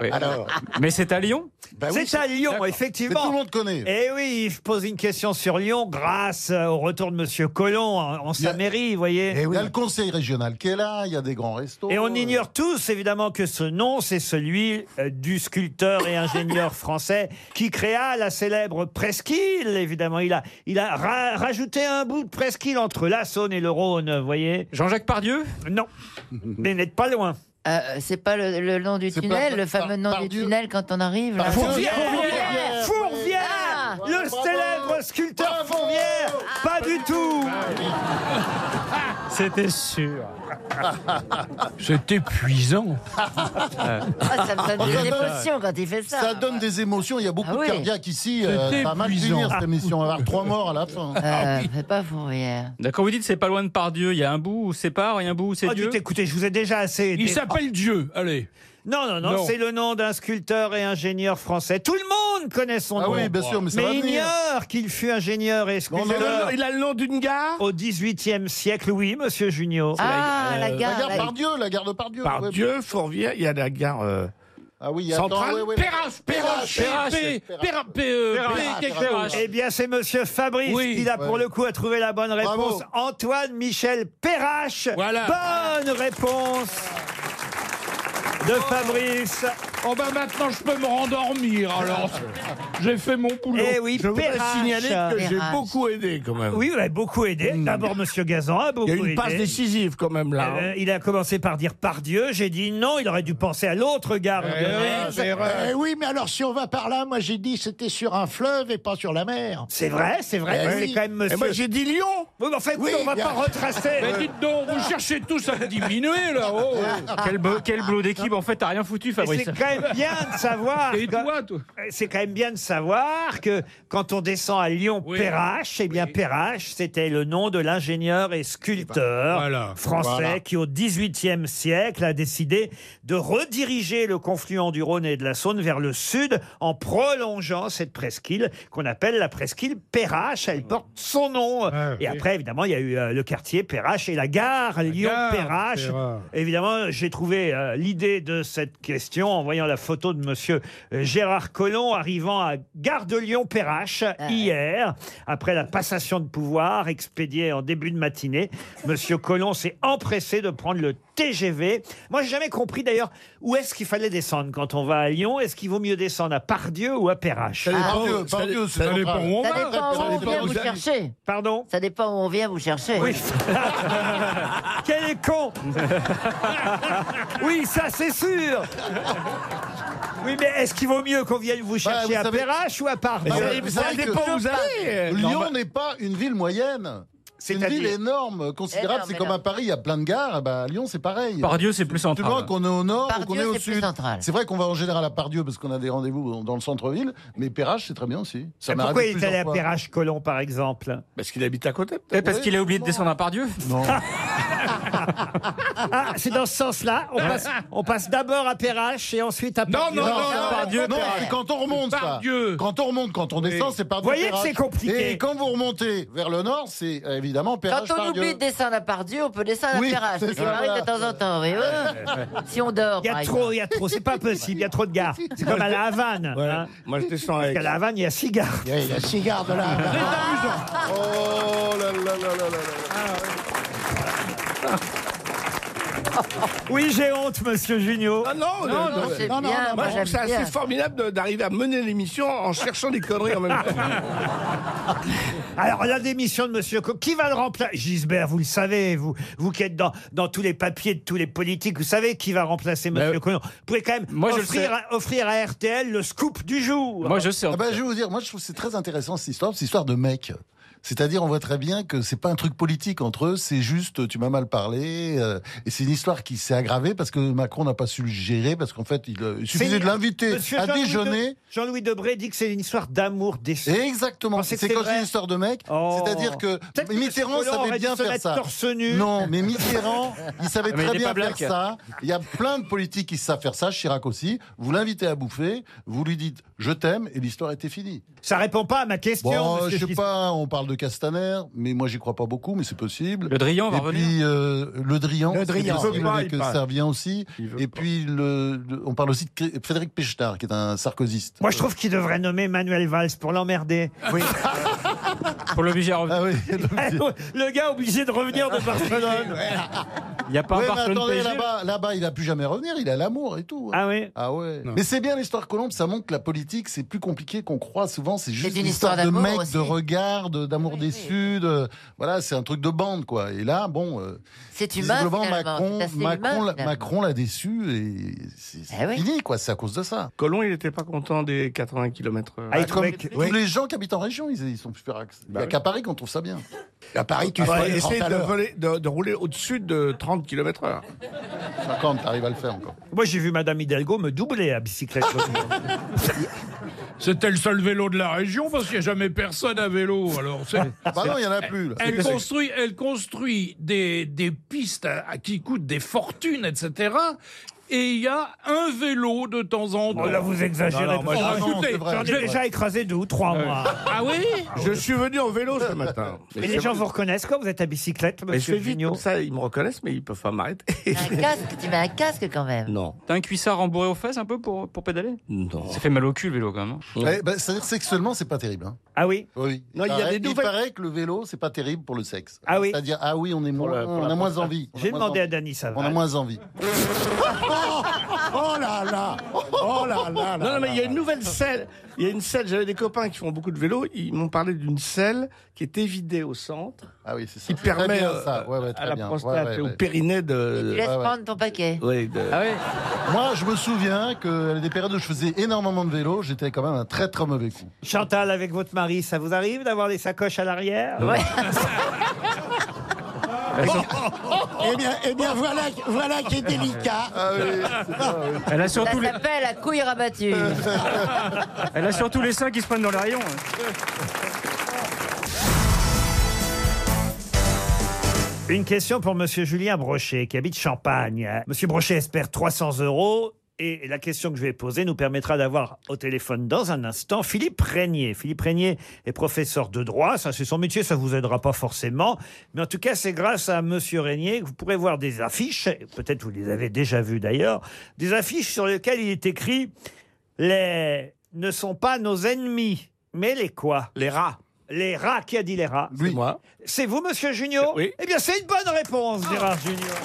Oui. Alors, Mais c'est à Lyon bah oui, C'est à Lyon, c'est- tout le effectivement. monde connaît. Eh oui, je pose une question sur Lyon grâce euh, au retour de Monsieur Colomb en, en sa Il y a- Eh mairie, vous voyez. Il y a le conseil régional qui est là, il y a des grands restos. Et on ignore tous, évidemment, que ce nom, c'est celui euh, du sculpteur et [LAUGHS] ingénieur français qui créa la célèbre presqu'île, évidemment. Il a, il a ra- rajouté un bout de presqu'île entre la Saône et le Rhône, vous voyez. Jean-Jacques Pardieu [LAUGHS] Non, mais n'êtes pas loin. Euh, c'est pas le, le nom du C'est tunnel, pas- le fameux par- nom par du Dieu. tunnel quand on arrive là. Par Dieu. Fourvière Fourvière Ah, Fourvière Ah Le Bravo célèbre sculpteur Bravo Fourvière Pas du tout C'était sûr. C'est épuisant. Ah, ça me donne Ça des donne- émotions quand il fait ça. Ça donne des émotions, il y a beaucoup Ah oui. de cardiaques ici. euh, C'est ça va mal épuisant. finir cette émission, on va avoir trois morts à la fin. Ah Euh, fais pas Fourvière. D'accord, vous dites c'est pas loin de Pardieu, il y a un bout où c'est par et un bout où c'est Oh, Dieu. dites, écoutez, je vous ai déjà assez aidé. Il s'appelle Dieu, allez. ah. Non, non, non, Non. c'est le nom d'un sculpteur et ingénieur français. Tout le monde connaît son Ah nom. oui, bien sûr, mais ça va Mais venir. ignore qu'il fut ingénieur et Non, non, Il a sculpteur le- Il a le nom d'une gare au XVIIIe siècle, oui, monsieur Junio. Ah, la Oh, La gare. gare la- par Dieu, la gare de par Dieu. Par Dieu, Fourvière, il y a la gare. euh, Ah oui, attends, Centrale, ouais, ouais. Perrache, Perrache, Perrache, P, Perrache. Perra- P, euh, Perrache, P, quelque Perrache. chose. Eh bien, c'est monsieur Fabrice Oui. qui, là, pour Ouais. le coup, a trouvé la bonne Bravo. réponse. Antoine Michel Perrache. Voilà. Ah, Bonne réponse de Fabrice. Oh ben maintenant je peux me rendormir alors. J'ai fait mon boulot. Eh oui, Je voudrais Perrache. signaler que j'ai Perrache. beaucoup aidé quand même. Oui, vous avez beaucoup aidé. Mm. D'abord, Monsieur Gazan a beaucoup Il y a une aidé. passe décisive quand même là. hein. Euh, il a commencé par dire par Dieu. J'ai dit non, il aurait dû penser à l'autre gare. Ah, Eh oui, mais alors si on va par là, moi j'ai dit c'était sur un fleuve et pas sur la mer. C'est vrai, c'est vrai. Eh c'est oui. quand même monsieur. ben, Et moi j'ai dit Lyon. Oui, mais enfin, écoute, Oui, on va bien. pas retracer. Mais dites donc, vous cherchez tous à me diminuer là. Oh. [LAUGHS] Quel, beau- quel boulot d'équipe, en fait, t'as rien foutu, Mais Fabrice. C'est quand même bien de [LAUGHS] savoir. Et que- Euh, toi, toi C'est quand même bien de savoir que quand on descend à Lyon-Perrache, eh bien Perrache, c'était le nom de l'ingénieur et sculpteur Eh ben, Voilà. français Voilà. qui, au XVIIIe siècle, a décidé de rediriger le confluent du Rhône et de la Saône vers le sud en prolongeant cette presqu'île qu'on appelle la presqu'île Perrache. Elle porte son nom. Ah et après, évidemment, il y a eu euh, le quartier Perrache et la gare Lyon-Perrache. Perrache. Évidemment, j'ai trouvé euh, l'idée de cette question en voyant la photo de monsieur euh, Gérard Collomb arrivant à Gare de Lyon-Perrache Ah hier, après la passation de pouvoir expédiée en début de [LAUGHS] matinée. Monsieur Collomb s'est empressé de prendre le TGV. Moi, j'ai jamais compris d'ailleurs où est-ce qu'il fallait descendre quand on va à Lyon. Est-ce qu'il vaut mieux descendre à Pardieu ou à Perrache Ah, Ça dépend où- ça dé- ça dépend où on Ah. Ça va. dépend où Ça on dépend vient où vous vous allez. chercher. Pardon Ça dépend où on vient vous chercher. Oui. [LAUGHS] Quel est con Oui, ça c'est sûr. Oui, mais est-ce qu'il vaut mieux qu'on vienne vous chercher vous à savez- Perrache ou à Paris Bah, vous savez que- Non, Lyon bah- n'est pas une ville moyenne. C'est une C'est-à-dire ville énorme, considérable. Énorme, C'est comme à énorme. Paris, il y a plein de gares. eh ben, à Lyon, c'est pareil. Pardieu, c'est plus Tu central. vois qu'on est au nord ou qu'on est Pardieu, au c'est plus sud. central. C'est vrai qu'on va en général à Pardieu parce qu'on a des rendez-vous dans le centre-ville, mais Perrache, c'est très bien aussi. Ça Et m'est Pourquoi arrivé il est allé à plusieurs fois. Perrache-Colomb, par exemple Parce qu'il habite à côté. Eh, parce qu'il a oublié de descendre à Pardieu Non. [LAUGHS] Ah, c'est dans ce sens-là. On passe, on passe d'abord à Perrache et ensuite à Non, Paris. non, non, non. Pardieu, non, c'est quand on remonte, ça. Pardieu. Quand on remonte, quand on descend, c'est Pardieu. Vous voyez que Perrache. c'est compliqué. Et quand vous remontez vers le nord, c'est euh, évidemment Perrache. Quand on Pardieu. oublie de descendre à Pardieu, on peut descendre Oui, à Perrache. c'est Ça ça, m'arrive de temps en temps. oui, oui. Si on dort, Il y par a exemple. trop, il y a trop. C'est pas possible. Il y a trop de gares. C'est comme à la Havane. hein. Moi je descends Parce avec. qu'à la Havane, il y a six gares. Il y a- il y a six gares de là. Ah. Ah. Oh là là là là là là. Oui, j'ai honte, monsieur Junio. Ah non, Non, le- non, le- c'est non, non, bien. non, Moi, moi, je trouve que c'est j'aime bien. assez formidable de- d'arriver à mener l'émission en cherchant des conneries en même temps. Alors, la démission de Monsieur Co- qui va le remplacer Gisbert, vous le savez, vous, vous qui êtes dans, dans tous les papiers de tous les politiques, vous savez qui va remplacer Ben, Monsieur Collomb. Vous pouvez quand même moi, je le offrir, sais. à, offrir à RTL le scoop du jour. Moi, je sais. en Ah ben, tout cas. je vais vous dire, moi je trouve que c'est très intéressant cette histoire, cette histoire de mec. C'est-à-dire, on voit très bien que c'est pas un truc politique entre eux, c'est juste tu m'as mal parlé. euh, et c'est une histoire qui s'est aggravée parce que Macron n'a pas su le gérer, parce qu'en fait, il, euh, il suffisait C'est- de l'inviter Monsieur à Jean-Louis déjeuner. De- Jean-Louis Debré dit que c'est une histoire d'amour déçu. Et exactement, Pensez que c'est c'est quand vrai j'ai une histoire de mec. Oh. C'est-à-dire que Peut-être que Mitterrand Monsieur Hollande aurait savait dû bien se faire mettre ça. torse nu. Non, mais Mitterrand, [LAUGHS] il savait Ah, mais il très est bien pas faire black. ça. Il y a plein de politiques qui savent faire ça. Chirac aussi. Vous l'invitez à bouffer, vous lui dites je t'aime et l'histoire était finie. Ça répond pas à Ah, ma question. Bon, monsieur je sais Gisbert. pas, on parle de Castaner, mais moi j'y crois pas beaucoup, mais c'est possible. Le Drian va Et revenir. puis euh, le Drian, Le c'est Drian. possible Il veut pas, avec il parle. Servien aussi. Il veut Et pas. puis le, le- on parle aussi de Cré- Frédéric Pechetard, qui est un sarkozyste. Moi, je trouve qu'il devrait nommer Manuel Valls pour [LAUGHS] l'emmerder. Pour l'obliger à revenir. Ah oui. donc- [LAUGHS] le gars obligé de [LAUGHS] revenir de Barcelone. Il n'y a pas Ouais, un mais Barcelone attendez, PSG là-bas, là-bas, il a plus jamais revenir. Il a l'amour et tout. Ah oui Ah ouais. Mais c'est bien l'histoire Colombe, ça montre que la politique, c'est plus compliqué qu'on croit souvent. C'est juste une une histoire histoire, de d'amour mec, aussi. de regard, de- d'amour déçu. de- voilà, c'est un truc de bande, quoi. Et là, bon, euh, C'est humain, visiblement, finalement. Macron, C'est assez Macron, humain, l'a- finalement. Macron l'a déçu et [LAUGHS] euh, c'est c'est Eh oui. fini, quoi. C'est à cause de ça. Colomb, il n'était pas content des euh, 80 km. Ah, il Comme trouvait que- tous les gens qui habitent en région, ils, ils sont super axés. Il y Bah a oui. Ah, qu'à Paris qu'on trouve ça bien. Ah, À Paris, tu fais Ouais, les 30 essaye à de, l'heure. voler- de- de rouler au-dessus de 30 km/h. 50, t'arrives à le faire encore. Moi, j'ai vu Madame Hidalgo me doubler à bicyclette. C'était le seul vélo de la région parce qu'il n'y a jamais personne à vélo. Alors c'est. Bah non, il y en a plus. là. Elle construit, elle construit des, des pistes à- à qui coûtent des fortunes, etc. Et il y a un vélo de temps en temps. Bon, Oh, là, vous exagérez. Non, non, moi, Oh, Ah, Ah non, écoutez, c'est vrai. J'en ai je- déjà écrasé deux ou trois, moi. Ah oui Je suis venu en vélo ce [LAUGHS] matin. Et les gens vous reconnaissent quand vous êtes à bicyclette, Mais je monsieur fais vite Vigneault comme ça, ils me reconnaissent, mais ils peuvent pas m'arrêter. Un casque, tu mets un casque quand même. [LAUGHS] Non, [LAUGHS] T'as un cuissard rembourré aux fesses un peu pour, pour pédaler non. Ça fait mal au cul le vélo quand même. hein. Eh ben, C'est-à-dire sexuellement, c'est pas terrible. hein. Ah oui Oui. Non, il y a paraît- des nouvelles- paraît que le vélo, c'est pas terrible pour le sexe. Ah oui. C'est-à-dire, ah oui, on est moins, la- pour on la a moins envie. On a J'ai moins demandé à envie. Dany On a Saval. moins envie. [LAUGHS] Oh là là Oh là là là Non, non, mais là il y a là. une nouvelle selle. Il y a une selle. J'avais des copains qui font beaucoup de vélo. Ils m'ont parlé d'une selle qui était vidée au centre. Ah oui, c'est ça. Qui Très permet bien, euh, ça. Ouais, ouais, très à la bien. prostate Ouais, ouais, et ouais. au périnée Euh, de. Tu laisses prendre ton paquet. Oui, de- Ah Moi, je me souviens que des périodes où je faisais énormément de vélo, j'étais quand même un très très mauvais coup. Chantal, avec votre mari, ça vous arrive d'avoir les sacoches à l'arrière Eh bien, eh bien voilà, voilà qui est délicat. Ah Elle a surtout les- Ça s'appelle la [LAUGHS] couille rabattue. Elle a surtout les seins qui se prennent dans les rayons. hein. Une question pour Monsieur Julien Brochet, qui habite Champagne. Monsieur Brochet espère 300 euros. Et la question que je vais poser nous permettra d'avoir au téléphone dans un instant Philippe Régnier. Philippe Régnier est professeur de droit, ça c'est son métier, ça vous aidera pas forcément, mais en tout cas c'est grâce à Monsieur Régnier que vous pourrez voir des affiches, peut-être vous les avez déjà vues d'ailleurs, des affiches sur lesquelles il est écrit les ne sont pas nos ennemis, mais les quoi Les rats. Les rats, qui a dit les rats Oui, moi. C'est vous, monsieur Junior Oui. Ah. Eh bien, c'est une bonne réponse, Gérard Junior.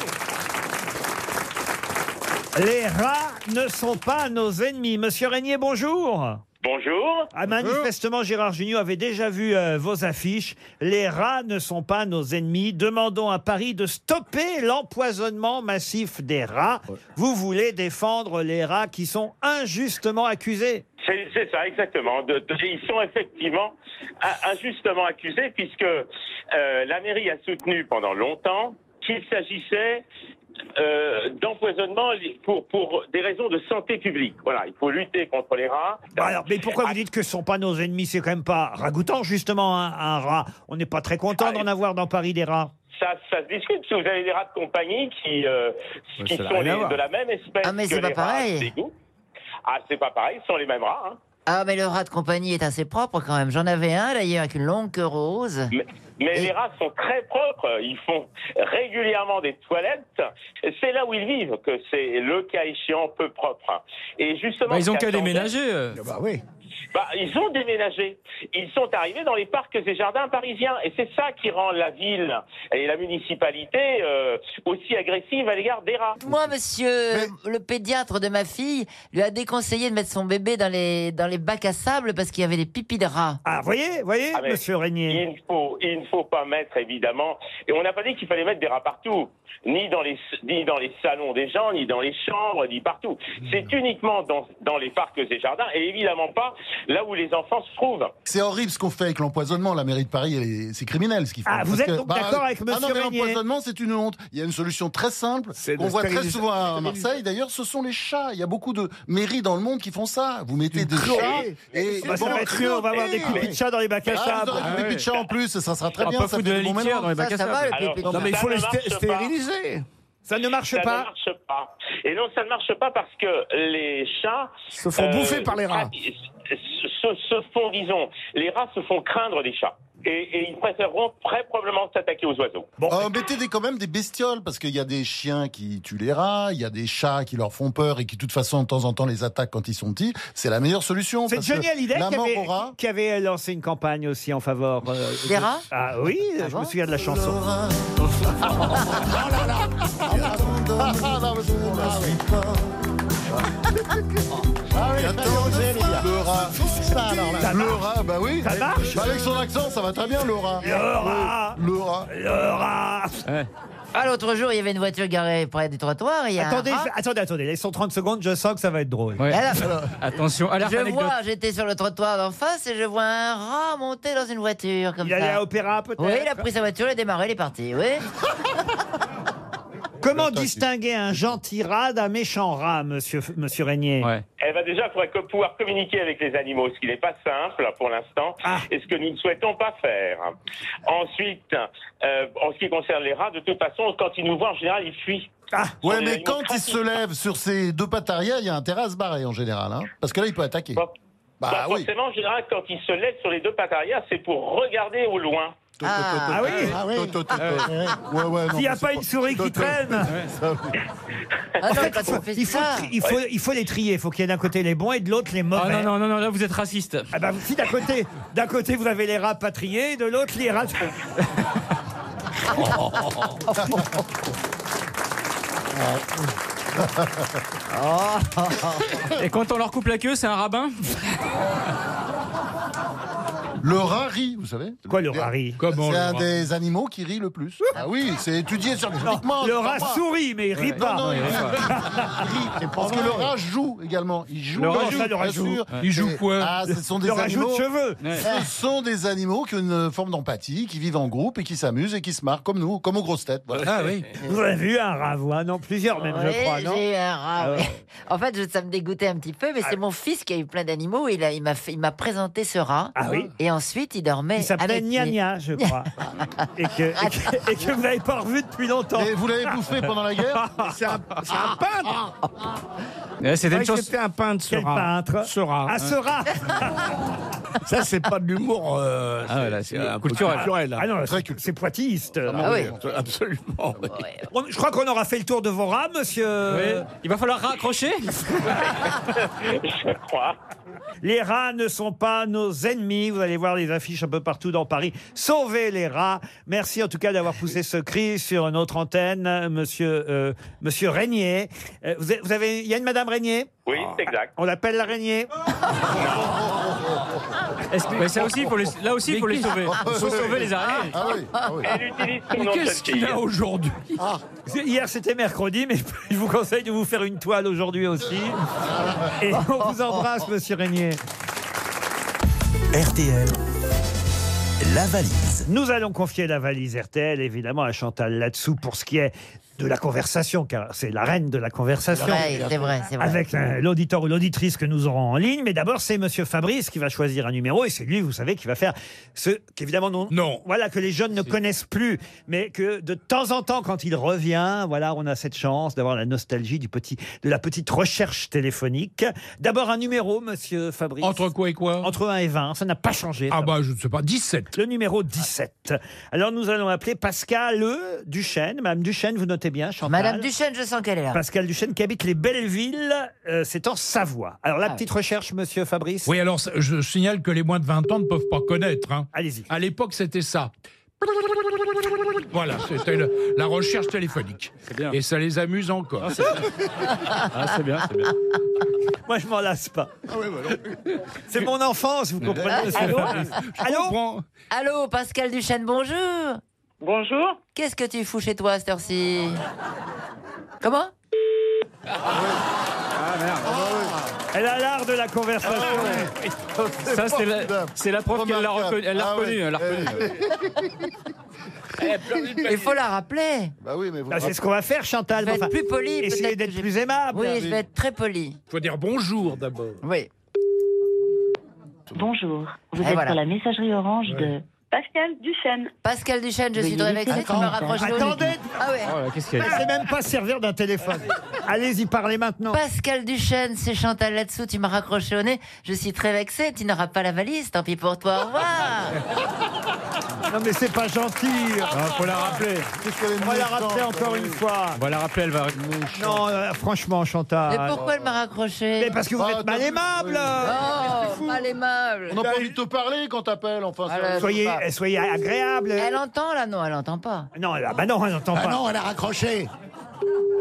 Les rats ne sont pas nos ennemis. Monsieur Régnier, bonjour. Bonjour. Ah, manifestement, Gérard Junior avait déjà vu euh, vos affiches. Les rats ne sont pas nos ennemis. Demandons à Paris de stopper l'empoisonnement massif des rats. Vous voulez défendre les rats qui sont injustement accusés. C'est c'est ça, exactement. De- de- ils sont effectivement a- injustement accusés puisque euh, la mairie a soutenu pendant longtemps qu'il s'agissait euh, d'empoisonnement li- pour, pour des raisons de santé publique. Voilà, il faut lutter contre les rats. Ah, Bah alors, mais pourquoi vous dites que ce sont pas nos ennemis C'est quand même pas ragoûtant, justement, un, un rat. On n'est pas très content d'en avoir dans Paris des rats. Ça, ça se discute parce que vous avez des rats de compagnie qui, euh, Ouais, qui ça n'a sont rien à les- voir. de la même espèce Ah, mais que c'est les pas rats pareil. des goûts. Ah, c'est pas pareil, ce sont les mêmes rats. hein. Ah, mais le rat de compagnie est assez propre quand même. J'en avais un d'ailleurs avec une longue queue rose. Mais, mais les rats sont très propres, ils font régulièrement des toilettes. C'est là où ils vivent que c'est le cas échéant peu propre. Et justement, Bah, ils ont ce qu'à qu'attendait- déménager. euh. Bah, ils ont déménagé. Ils sont arrivés dans les parcs et jardins parisiens, et c'est ça qui rend la ville et la municipalité euh, aussi agressive à l'égard des rats. Moi, monsieur, le pédiatre de ma fille lui a déconseillé de mettre son bébé dans les, dans les bacs à sable parce qu'il y avait des pipis de rats. Ah, voyez, voyez, Ah, mais Il ne faut, il ne faut pas mettre, évidemment. Et on n'a pas dit qu'il fallait mettre des rats partout. Ni dans les, ni dans les salons des gens, ni dans les chambres, ni partout. C'est uniquement dans, dans les parcs et jardins, et évidemment pas là où les enfants se trouvent. C'est horrible ce qu'on fait avec l'empoisonnement. La mairie de Paris, elle est- c'est criminel ce qu'ils font. Ah, vous Parce êtes que- donc d'accord avec Ah non, monsieur mais Régnier l'empoisonnement, c'est une honte. Il y a une solution très simple C'est qu'on de voit très stériliser- souvent à stériliser. Marseille. D'ailleurs, ce sont les chats. Il y a beaucoup de mairies dans le monde qui font ça. Vous mettez des crue. chats Oui. et Bah, ça va être cru, on va avoir des coupes de chats dans les bacs à Ah, sable. vous aurez des Ah, coupes de ouais. chats en plus, ça sera très On bien. peut ça foutre fait de la bon litière mélange. dans les bacs à sable. Alors, Non, mais il ça faut ne les marche sté- pas. stériliser. Ça ne marche ça pas. ne marche pas. Et non, ça ne marche pas parce que les chats euh, Se font bouffer par les rats. Se, se font, disons, les rats se font craindre des chats. Et, et ils préféreront très probablement s'attaquer aux oiseaux. Euh, mettez des, quand même des bestioles, parce qu'il y a des chiens qui tuent les rats, il y a des chats qui leur font peur et qui, de toute façon, de temps en temps, les attaquent quand ils sont petits. C'est la meilleure solution. C'est parce Johnny que Hallyday la qui mort avait, au rat- qui avait lancé une campagne aussi en faveur euh, Des rats Ah oui, je me souviens de la chanson. Ah oui, le rat. Ça, Ah, alors, là. Ça le marche. rat, bah oui. Ça marche. Bah, Avec son accent, ça va très bien, le rat. Le rat. Le rat. Ah, l'autre jour, il y avait une voiture garée près du trottoir. et Il y a un Attendez, rat. je- attendez, attendez, laissons 30 secondes, je sens que ça va être drôle. Alors- Attention, alerte je anecdote. vois, j'étais sur le trottoir d'en face et je vois un rat monter dans une voiture comme Il ça. allait à Opéra peut-être Oui, il a pris sa voiture, il a démarré, il est parti. Oui. Comment distinguer un gentil rat d'un méchant rat, monsieur, monsieur Régnier Eh ben déjà, il faudrait que- pouvoir communiquer avec les animaux, ce qui n'est pas simple pour l'instant, et ce que nous ne souhaitons pas faire. Ensuite, euh, en ce qui concerne les rats, de toute façon, quand ils nous voient, en général, ils fuient. Ce Ouais, sont des mais animaux quand il craintifs. se lève sur ses deux pattes arrière, il y a intérêt à se barrer en général. hein. parce que là, il peut attaquer. Bah Pas oui. Forcément, en général, quand ils se lèvent sur les deux pattes arrière, c'est pour regarder au loin. Ah oui Ah Toto, toto. Ouais, ouais, non, S'il n'y a mais pas une souris qui traîne En fait, il faut- il faut tri- il faut- il faut les trier, il faut qu'il y ait d'un côté les bons et de l'autre les mauvais. Ah non, non, non, non, là vous êtes raciste. Ah bah, si d'un côté, d'un côté vous avez les rats patriés, de l'autre les rats. [LAUGHS] Ah. [LAUGHS] Et quand on leur coupe la queue, c'est un rabbin Le rat rit, vous savez Quoi le rat rit Comment C'est le un rat des animaux qui rit le plus. Ah oui, c'est étudié Non, scientifiquement. le rat sourit, mais il rit pas. Non, non, il Non, il rit rit [LAUGHS] pas. Il rit. C'est Parce que le rat joue également. Il joue. Le rat Non, joue, ça, le rat bien joue. sûr. Il joue Et- quoi Ah, ce sont des Le rat joue de animaux. cheveux. Ouais. Ce sont des animaux qui ont une forme d'empathie, qui vivent en groupe et qui s'amusent et qui se marrent comme nous, comme aux grosses têtes. Voilà. Ah oui. Vous avez vu un rat, vous, hein Non, plusieurs même, je Oui, crois, non j'ai un rat, Ah oui. ouais. [LAUGHS] En fait, je- ça me dégoûtait un petit peu, mais c'est mon fils qui a eu plein d'animaux. Il a- il m'a fait- il m'a présenté ce rat. Ah oui. Et ensuite, il dormait. Il s'appelait avec lui. Nia Nia, je crois. et, que, et que- et que vous n'avez pas revu depuis longtemps. Et vous l'avez bouffé pendant la [LAUGHS] guerre C'est un, c'est un peintre Eh, C'était Ouais, une chanson. C'était un peintre, ce Quel rat. peintre Ce rat. Ah, ce rat [LAUGHS] Ça, c'est pas de l'humour. euh, Ah ouais, là, c'est c'est un peu culturel. hein. Ah non, c'est- c'est pointilliste. Ah oui, Absolument. oui. On- Je crois qu'on aura fait le tour de vos rats, monsieur. euh, Il va falloir raccrocher [LAUGHS] Je crois. Les rats ne sont pas nos ennemis. Vous allez voir les affiches un peu partout dans Paris. Sauvez les rats. Merci en tout cas d'avoir poussé ce cri sur notre antenne, euh, monsieur, euh, monsieur Régnier. Euh, vous avez- vous avez, il y a une madame Régnier Oui, c'est exact. On l'appelle la Régnier Est-ce que- Mais ça aussi, il faut les- là aussi, il faut les qu'est-ce- sauver. Il faut sauver les araignées. Ah oui, ah oui. Elle utilise son Mais nom de qu'est-ce jeune qu'il fille. a aujourd'hui Ah. Hier c'était mercredi, mais [LAUGHS] je vous conseille de vous faire une toile aujourd'hui aussi. Et [LAUGHS] on vous embrasse, monsieur Régnier. RTL, la valise. Nous allons confier la valise RTL, évidemment, à Chantal là-dessous pour ce qui est de la conversation, car c'est la reine de la conversation. C'est vrai, c'est vrai, c'est vrai. Avec euh, l'auditeur ou l'auditrice que nous aurons en ligne. Mais d'abord, c'est Monsieur Fabrice qui va choisir un numéro et c'est lui, vous savez, qui va faire ce qu'évidemment non, Non. voilà que les jeunes ne connaissent plus, mais que de temps en temps, quand il revient, voilà, on a cette chance d'avoir la nostalgie du petit, de la petite recherche téléphonique. D'abord un numéro, Monsieur Fabrice. Entre quoi et quoi Entre 1 et 20, ça n'a pas changé. Ah ça. bah je ne sais pas, 17. Le numéro 17. Alors nous allons appeler Pascal euh, Duchesne. Madame Duchesne, vous notez bien, Chantal. [LAUGHS] Madame Duchesne, je sens qu'elle est là. Pascal Duchesne qui habite les Bellevilles, euh, c'est en Savoie. Alors la Ah petite recherche, monsieur Fabrice. Oui, alors je signale que les moins de 20 ans ne peuvent pas connaître. hein. Allez-y. À l'époque, c'était ça. Voilà, c'était le- la recherche téléphonique. Ah, bien. Et ça les amuse encore. Ah, c'est bien, c'est bien. [LAUGHS] Moi je m'en lasse pas. C'est mon enfance, vous comprenez, monsieur Allô Fabrice. Allô Allô, Pascal Duchesne, bonjour. Bonjour. Qu'est-ce que tu fous chez toi à cette heure-ci Comment Ah Ah Elle a l'art de la conversation. Ça, c'est la, c'est la preuve qu'elle l'a Remarquable. reconnu. Elle l'a Ah reconnu. ouais. elle l'a reconnu. [LAUGHS] Il faut la rappeler. Bah oui, mais vous. Ah, c'est ce qu'on va faire, Chantal. Je vais mais être plus poli, Essayez peut-être d'être que j'ai- plus aimable. Oui, je vais être très poli. Il faut dire bonjour d'abord. Oui. Bonjour, vous Et êtes voilà. sur la messagerie orange de... Pascal Duchesne. Pascal Duchesne, je Veuillez suis très laisser vexée, tu un me commentaire. rapproches de Attendez, Ah ouais. Oh là, qu'est-ce qu'il y a c'est même pas servir d'un téléphone. Allez-y, parlez maintenant. Pascal Duchesne, c'est Chantal là-dessous, tu m'as raccroché au nez. Je suis très vexée, tu n'auras pas la valise, tant pis pour toi, au revoir. Non mais c'est pas gentil. Ah, faut la rappeler. Qu'est-ce qu'elle est On va la méchante, rappeler bah encore oui. une fois. On va la rappeler, elle va. Non, euh, Eh. franchement, Chantal. Mais pourquoi elle m'a raccroché Mais parce que vous Ah, êtes mal t'as- aimable. Ah, Oh, mal aimable. On n'a pas envie de te parler quand t'appelles, enfin. Ah c'est- là, Soyez, pas. soyez agréable. Elle entend là Non, elle entend pas. Non, là, bah non, elle n'entend Ah pas. non, elle a raccroché.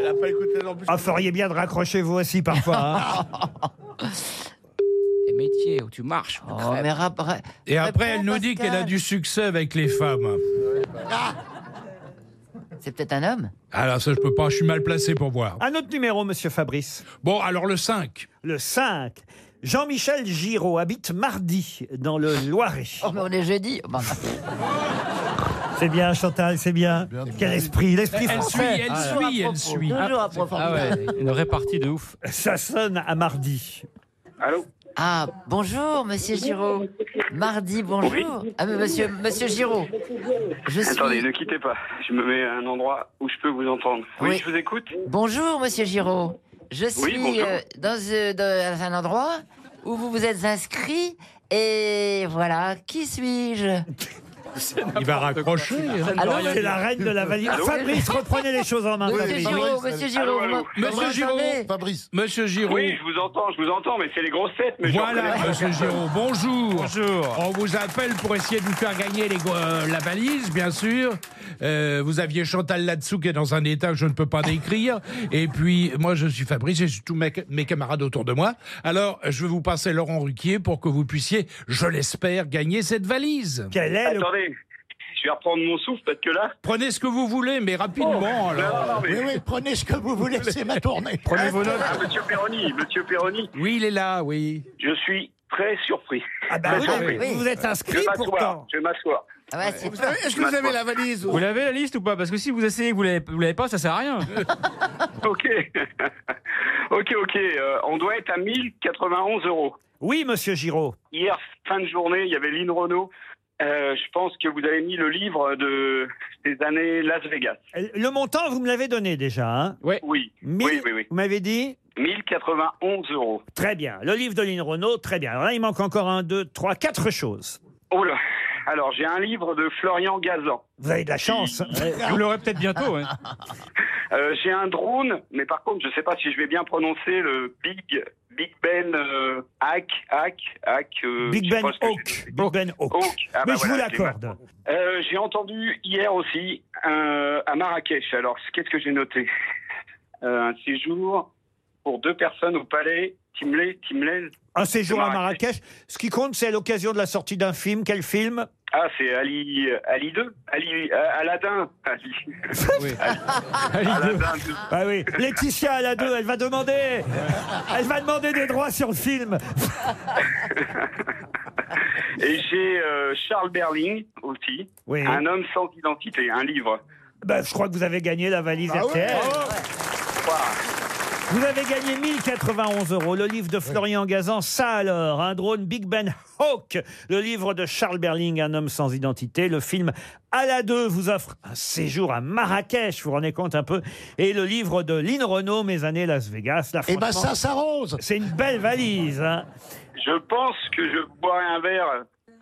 Elle a pas écouté non plus. Ah, feriez bien de raccrocher vous aussi parfois. hein. Les métiers où tu marches. Oh, mais rap- ra- Et après, réponds, elle nous dit Pascal. Ah. qu'elle a du succès avec les femmes. C'est peut-être un homme Alors Ah, ça, je peux pas, je suis mal placé pour voir. Un autre numéro, monsieur Fabrice. Bon, alors le 5. Le 5. Jean-Michel Giraud habite mardi dans le Loiret. Oh, mais on est jeudi. Bah, C'est bien, Chantal, c'est bien. Quel esprit, l'esprit Elle suit, français. Ah elle suit, elle suit. Ah, toujours à propos. Ah ouais, une répartie de ouf. Ça sonne à mardi. Allô Ah, bonjour, monsieur Giraud. Mardi, bonjour. Ah, mais monsieur, monsieur Giraud. Je suis... Attendez, ne quittez pas. Je me mets à un endroit où je peux vous entendre. Oui, Oui. je vous écoute. Bonjour, monsieur Giraud. Je suis bonjour. euh, dans, euh, dans un endroit où vous vous êtes inscrit et voilà, qui suis-je Il va raccrocher. hein. C'est la reine de la valise. Allô Fabrice, reprenez les choses en main. Oui, Fabrice. Giraud, monsieur Giraud, Allô, allô. vous Monsieur Giraud. Fabrice. Monsieur Giraud. Oui, je vous entends, je vous entends, mais c'est les grosses têtes. Mais je Voilà, reconnais pas. monsieur Giraud, bonjour. Bonjour. On vous appelle pour essayer de vous faire gagner les, gros- euh, la valise, bien sûr. Euh, vous aviez Chantal là-dessous qui est dans un état que je ne peux pas décrire. Et puis, moi, je suis Fabrice et je suis tous mes, mes camarades autour de moi. Alors, je vais vous passer Laurent Ruquier pour que vous puissiez, je l'espère, gagner cette valise. Attendez, je vais reprendre mon souffle parce que là. Prenez ce que vous voulez, mais rapidement. Oh, alors. non, non, mais- Oui, oui, prenez ce que vous voulez, c'est ma tournée. Ah, monsieur Perroni, monsieur Perroni. Oui, il est là, oui. Je suis très surpris. Ah bah Très oui, surpris. oui, vous êtes inscrit Je vais m'asseoir, pourtant. Je vais m'asseoir. Vous savez- Je m'assois. valise Vous l'avez la liste ou pas Parce que si vous essayez et que vous l'avez vous l'avez pas, ça sert à [LAUGHS] rien. Ok. [LAUGHS] ok, ok. euh, on doit être à 1091 euros. Oui, monsieur Giraud. Hier, fin de journée, il y avait Lynn Renault. Euh, je pense que vous avez mis le livre de des années Las Vegas. Le montant, vous me l'avez donné déjà. Hein Oui. oui, oui, Vous m'avez dit 1091 euros. Très bien. Le livre de Lynn Renault, très bien. Alors là, il manque encore un, deux, trois, quatre choses. Oh là. Alors, j'ai un livre de Florian Gazan. Vous avez de la chance. Vous l'aurez peut-être bientôt. hein. Euh, j'ai un drone, mais par contre, je sais pas si je vais bien prononcer le Big Big Ben euh, Hack Hack Hack. euh, Big je Ben pense que Hawk. Big Ben Hawk. Hawk. Ah, bah Mais je vous voilà, j'ai l'accorde. j'ai- Euh, j'ai entendu hier aussi euh, à Marrakech. Alors, qu'est-ce que j'ai noté [LAUGHS] Euh, Un séjour pour deux personnes au palais Timlé Timlel. Un séjour à Marrakech. Ce qui compte, c'est à l'occasion de la sortie d'un film. Quel film Ah, c'est Ali Ali 2 Ali euh, Aladdin [LAUGHS] Ali. [LAUGHS] Ali Aladdin deux. Ah oui. Laetitia, à la 2, elle va demander. Elle va demander des droits sur le film. Et j'ai euh, Charles Berling aussi. Oui. Un homme sans identité, un livre. Bah, je crois que vous avez gagné la valise Ah ouais, RTL. bravo. Vous avez gagné 1091 euros. Le livre de Florian Gazan, ça alors. Un drone Big Ben Hawk. Le livre de Charles Berling, Un homme sans identité. Le film À la 2 vous offre un séjour à Marrakech. Vous vous rendez compte un peu. Et le livre de Lynn Renault, Mes années Las Vegas. Là, Eh ben, franchement, ça s'arrose. C'est une belle valise. hein. Je pense que je boirai un verre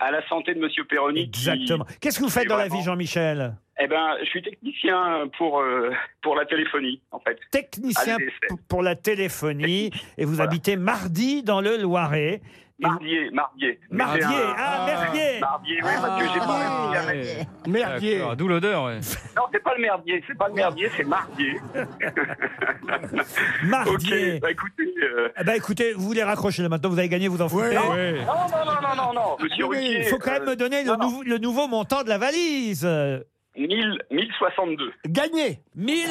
à la santé de Monsieur Perroni. qui- Exactement. Qu'est-ce que vous faites qui dans la vraiment- vie, Jean-Michel Eh ben, je suis technicien pour euh, pour la téléphonie, en fait. Technicien Allez, c'est- p- pour la téléphonie. Et vous habitez mardi dans le Loiret. Et vous- Mardier, Mardier. Mais Mardier, c'est un- ah, merdier Mardier, oui, parce que j'ai pas réussi à mettre- Merdier. D'accord, D'où l'odeur. ouais. Non, c'est pas le merdier, c'est pas le merdier, c'est [LAUGHS] Mardier. Mardier. Ok, bah écoutez. euh, Eh ben écoutez, vous voulez raccrocher là maintenant, vous avez gagné, vous en foutez. non, non, non, non, non, non, non, monsieur Ah, Oui, mais Ruquier. Il faut quand même euh, me donner le, nou- le nouveau montant de la valise. 1000 1062. Gagné [LAUGHS] 1000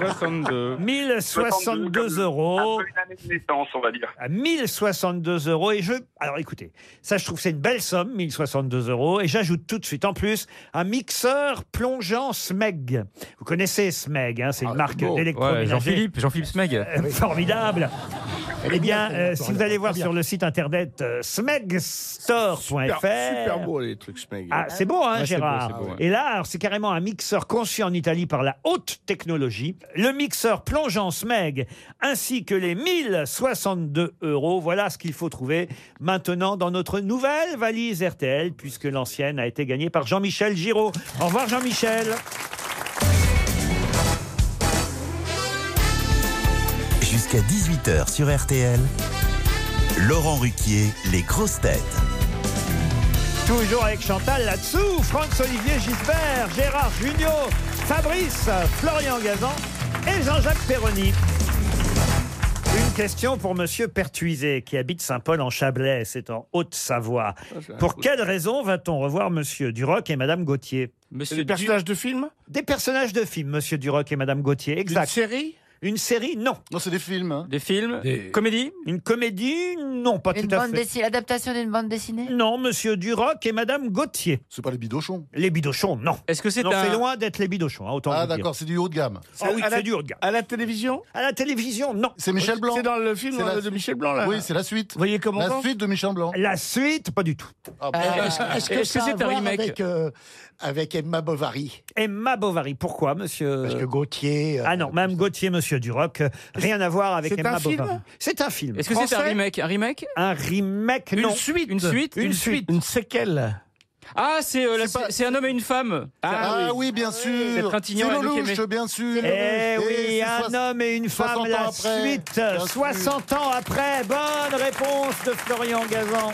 62. 1062 euros. Un peu une année de naissance, on va dire. à 1062 euros. Et je. Alors écoutez, ça je trouve que c'est une belle somme, 1062 euros. Et j'ajoute tout de suite en plus un mixeur plongeant Smeg. Vous connaissez Smeg, hein, c'est Ah, une marque beau. d'électroménager. Ouais, Jean-Philippe- Jean-Philippe Smeg. Euh, formidable. Eh bien, Ah. bien, euh, cette si histoire, vous elle est allez voir très sur le site internet euh, smegstore.fr. Super, super beau, les trucs Smeg. Ah, c'est beau, hein, Ouais, c'est beau, Gérard. c'est beau, ouais. Et là, alors, c'est carrément un mixeur conçu en Italie par la haute technologie. Le mixeur plongeant Smeg, ainsi que les 1062 euros. Voilà ce qu'il faut trouver maintenant dans notre nouvelle valise RTL, puisque l'ancienne a été gagnée par Jean-Michel Giraud. Au revoir, Jean-Michel. Jusqu'à 18h sur RTL, Laurent Ruquier, les grosses têtes. Toujours avec Chantal là-dessous, Franz-Olivier Gisbert, Gérard Junior, Fabrice, Florian Gazan et Jean-Jacques Perroni. Une question pour Monsieur Pertuiset, qui habite Saint-Paul en Chablais, c'est en Haute-Savoie. Pour quelle raison va-t-on revoir Monsieur Duroc et Madame Gauthier Monsieur Des Du- personnages de films Des personnages de films, Monsieur Duroc et Madame Gauthier, exact. Une série Une série, non. Non, c'est des films. hein. Des films Des- Comédie Une comédie, non, pas Une tout à bande fait. dessinée, l'adaptation d'une bande dessinée Non, Monsieur Duroc et Madame Gauthier. C'est pas les bidochons. Les bidochons, non. Est-ce que c'est Non, un- c'est loin d'être les bidochons, hein, autant Ah, vous dire. d'accord, c'est du haut de gamme. Ah oui, à la- c'est du haut de gamme. À la télévision À la télévision, non. C'est Michel Blanc. C'est dans le film C'est la euh, de suite. Michel Blanc, là. Oui, c'est la suite. Vous voyez comment La suite de Michel Blanc. Ah, La suite, pas du tout. Euh, Est-ce est-ce que c'est un remake avec, euh, avec Emma Bovary Emma Bovary, pourquoi, monsieur Parce que euh, Gauthier. Ah non, Mme Gauthier, monsieur Duroc, euh, rien à voir avec C'est Emma un film Bovary. C'est un film. Est-ce que c'est un remake Un remake Un remake, Une non. suite Une suite Une suite. Une séquelle. Ah, c'est euh, la- c'est un homme et une femme. Ah, oui, bien sûr. C'est Trintignant C'est et Luc Lelouch, Aimé. bien sûr. Eh oui, c'est un soix- homme et une 60 femme, ans la après. suite, euh, Bien sûr. 60 ans après. Bonne réponse de Florian Gazan.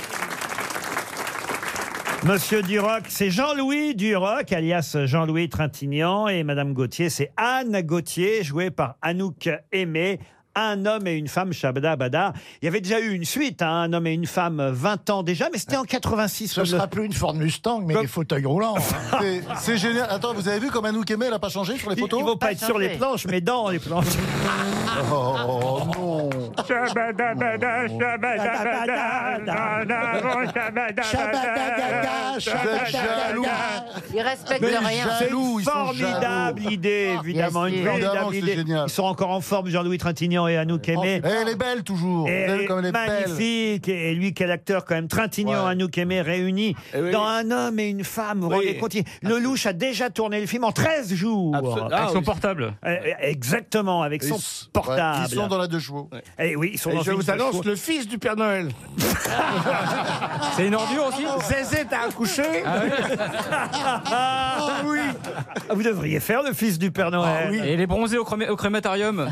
Monsieur Duroc, c'est Jean-Louis Duroc, alias Jean-Louis Trintignant, et Madame Gauthier, c'est Anne Gauthier, jouée par Anouk Aimé. Un homme et une femme, Shabada Bada. Il y avait déjà eu une suite, hein, un homme et une femme, 20 ans déjà, mais c'était en 86. Ce sera plus une Ford Mustang, mais des fauteuils [LAUGHS] roulants. hein. C'est- C'est génial. Attends, vous avez vu comme Anouk Aimé, elle a pas changé sur les Ils photos ne vont pas être sur les planches, mais dans les [LAUGHS] planches. Oh non Ils respectent Mais rien. c'est une formidable idée, évidemment. Bien Une sûr. formidable Évidemment, c'est idée. génial. Ils sont encore en forme, Jean-Louis Trintignant et Anouk Aimé. Et elle est belle toujours. Et Vous avez vu elle comme elle est est belle. magnifique. Et lui, quel acteur quand même. Trintignant, Anouk Aimé réunis Eh dans un homme et une femme. Vous vous rendez compte il- Lelouch a déjà tourné le film en 13 jours. Absolument. Ah Avec son portable. Euh, Exactement, avec Ils son s- portable. Ouais, ils sont dans la deux chevaux. Eh oui, ils sont Et dans je une vous seule annonce chose. le fils du Père Noël. C'est une ordure aussi Zézé, t'as accouché [LAUGHS] [LAUGHS] Ah [LAUGHS] oui Vous devriez faire le fils du Père Ah Noël. Ah Et les bronzés au, chromé- au crématarium.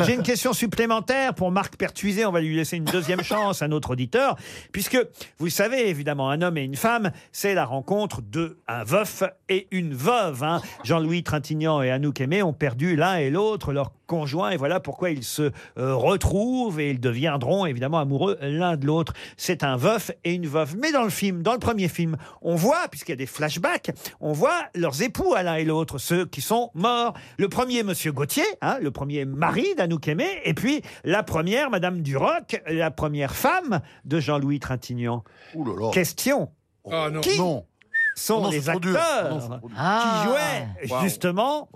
J'ai une question supplémentaire pour Marc Pertuiset. On va lui laisser une deuxième chance à notre auditeur, puisque vous le savez évidemment, un homme et une femme, c'est la rencontre de un veuf et une veuve. hein. Jean-Louis Trintignant et Anouk Aimé ont perdu l'un et l'autre leur conjoint, et voilà pourquoi ils se euh, retrouvent et ils deviendront évidemment amoureux l'un de l'autre. C'est un veuf et une veuve. Mais dans le film, dans le premier film, on voit, puisqu'il y a des flashbacks, on voit leurs époux à l'un et l'autre, ceux qui sont morts. Le premier, Monsieur Gauthier, hein, le premier mari d'Anouk Aimé, et puis la première, Madame Duroc, la première femme de Jean-Louis Trintignant. Ouh là là. Question. Ah non. Qui Non. sont Oh non, les c'est trop dur. acteurs Oh non, c'est trop dur. qui Ah. jouaient Waouh. justement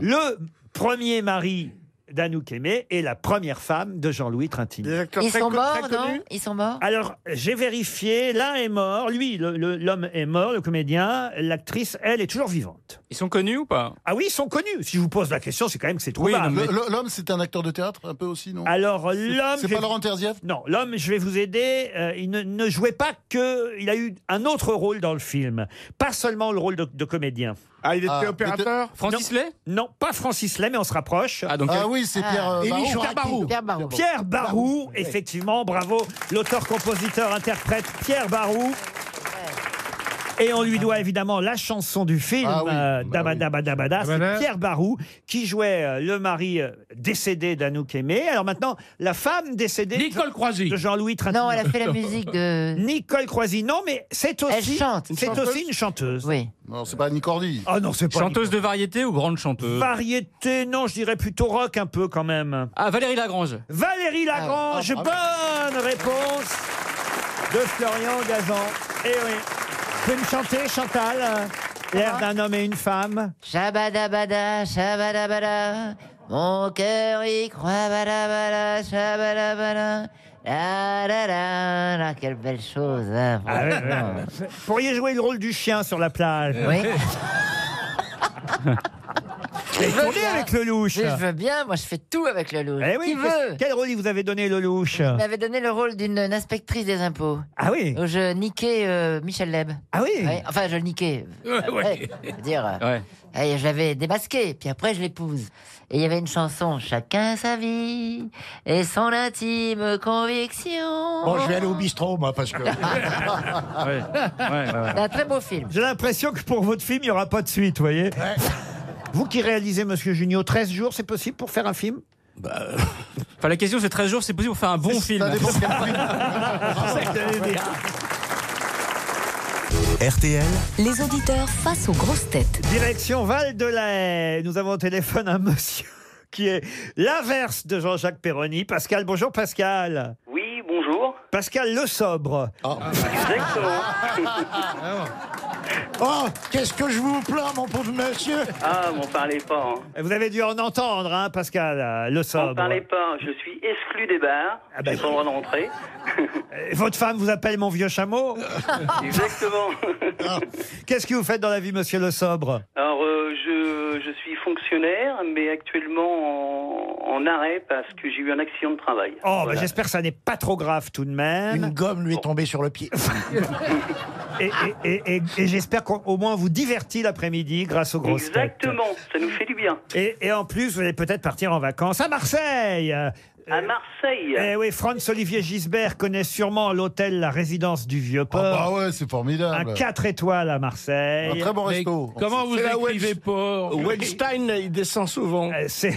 le premier mari d'Anouk Aimé et la première femme de Jean-Louis Trintignant. Ils sont morts, non Ils sont morts. Alors, j'ai vérifié, l'un est mort, lui, le- le- l'homme est mort, le comédien, l'actrice, elle, est toujours vivante. Ils sont connus ou pas Ah oui, ils sont connus. Si je vous pose la question, c'est quand même que c'est trop Le- le- L'homme, c'est un acteur de théâtre un peu aussi, non Alors, C'est- l'homme. C'est je vais- pas Laurent Terzieff Non, l'homme, je vais vous aider. euh, il ne, ne jouait pas que. Il a eu un autre rôle dans le film. Pas seulement le rôle de, de comédien. Ah, il était Ah, opérateur peut-être- Francis Non. Lay Non, pas Francis Lay, mais on se rapproche. Ah, donc- Ah oui, c'est Pierre, euh, Barou. Pierre Barou. Pierre Barou. Pierre Barou, effectivement, bravo. L'auteur, compositeur, interprète Pierre Barou. Et on lui doit évidemment la chanson du film, Ah oui, euh, Dabada Bada Bada. C'est Pierre Barou qui jouait euh, le mari euh, décédé d'Anouk Aimé. Alors maintenant, la femme décédée Nicole Croisy. de Jean-Louis Trintignant. Non, elle a fait la musique de. [LAUGHS] Nicole Croisy, non, mais c'est aussi. Elle chante. Une C'est chanteuse aussi une chanteuse. Oui. Non, c'est pas Annie Cordy. Ah non, c'est pas. Chanteuse de variété ou grande une Euh. chanteuse Variété, non, je dirais plutôt rock un peu quand même. Ah, Valérie Lagrange. Valérie Lagrange, Ah, bonne réponse de Florian Gazan. Eh oui. Vous pouvez me chanter, Chantal euh, L'air Ah. d'un homme et une femme. Shabadabada, shabadabada, mon cœur y croit, badabada, shabadabada, la la la la, quelle belle chose, hein, Ah ouais, ouais, franchement. ouais. Pourriez jouer le rôle du chien sur la plage. [LAUGHS] Oui. Et tourner avec le louche. Mais Je veux bien, moi je fais tout avec le louche. Eh oui, Qui qu'est-ce- veut Quel rôle il vous avait donné le louche Il m'avait donné le rôle d'une inspectrice des impôts. Ah oui Où je niquais euh, Michel Leb. Ah oui Ouais, Enfin, je le niquais. Ouais, ouais. Ouais, je veux dire, euh, Ouais. Et je l'avais démasqué, puis après je l'épouse. Et il y avait une chanson, chacun sa vie et son intime conviction. Bon, je vais aller au bistrot, moi, [LAUGHS] parce que. Eh, C'est un très beau film. J'ai l'impression que pour votre film, il n'y aura pas de suite, vous voyez [LAUGHS] Vous qui réalisez Monsieur Junio 13 jours, c'est possible pour faire un film Bah, euh. [LAUGHS] Enfin, la question, c'est 13 jours, c'est possible pour faire un bon film. [LAUGHS] RTL, Les auditeurs face aux grosses têtes. Direction Val de la Haye. Nous avons au téléphone un monsieur [LAUGHS] qui est l'inverse de Jean-Jacques Perroni. Pascal, bonjour Pascal. Oui, bonjour. Pascal le sobre. Oh. [LAUGHS] Ah, [LAUGHS] Exactement. Oh, qu'est-ce que je vous plains, mon pauvre monsieur ah, m'en parlez pas. hein. Eh, Vous avez dû en entendre, hein, Pascal euh, le M'en sobre. parlez pas. Je suis exclu des bars. bah, J'ai pas le [LAUGHS] droit d'entrer. Euh, Votre femme vous appelle mon vieux [LAUGHS] chameau. Exactement. Qu'est-ce que vous faites dans la vie, monsieur le sobre Alors, euh, je, je suis fonctionnaire, mais actuellement en, en arrêt parce que j'ai eu un accident de travail. Oh, bah, Voilà. j'espère que ça n'est pas trop grave tout de même. Une gomme lui est tombée sur le pied. [LAUGHS] et et- et- et- et j'espère qu'au moins on vous divertit l'après-midi grâce aux grosses têtes. Exactement, ça nous fait du bien. Et, et en plus, vous allez peut-être partir en vacances à Marseille. Euh, À Marseille. Eh oui, Franz Olivier Gisbert connaît sûrement l'hôtel La Résidence du Vieux Port. bah Ah ouais, c'est formidable. Un 4 étoiles à Marseille. Un très bon Mais resto. comment vous C'est la écrivez Welsh- Port Welstein, il descend souvent. Euh, C'est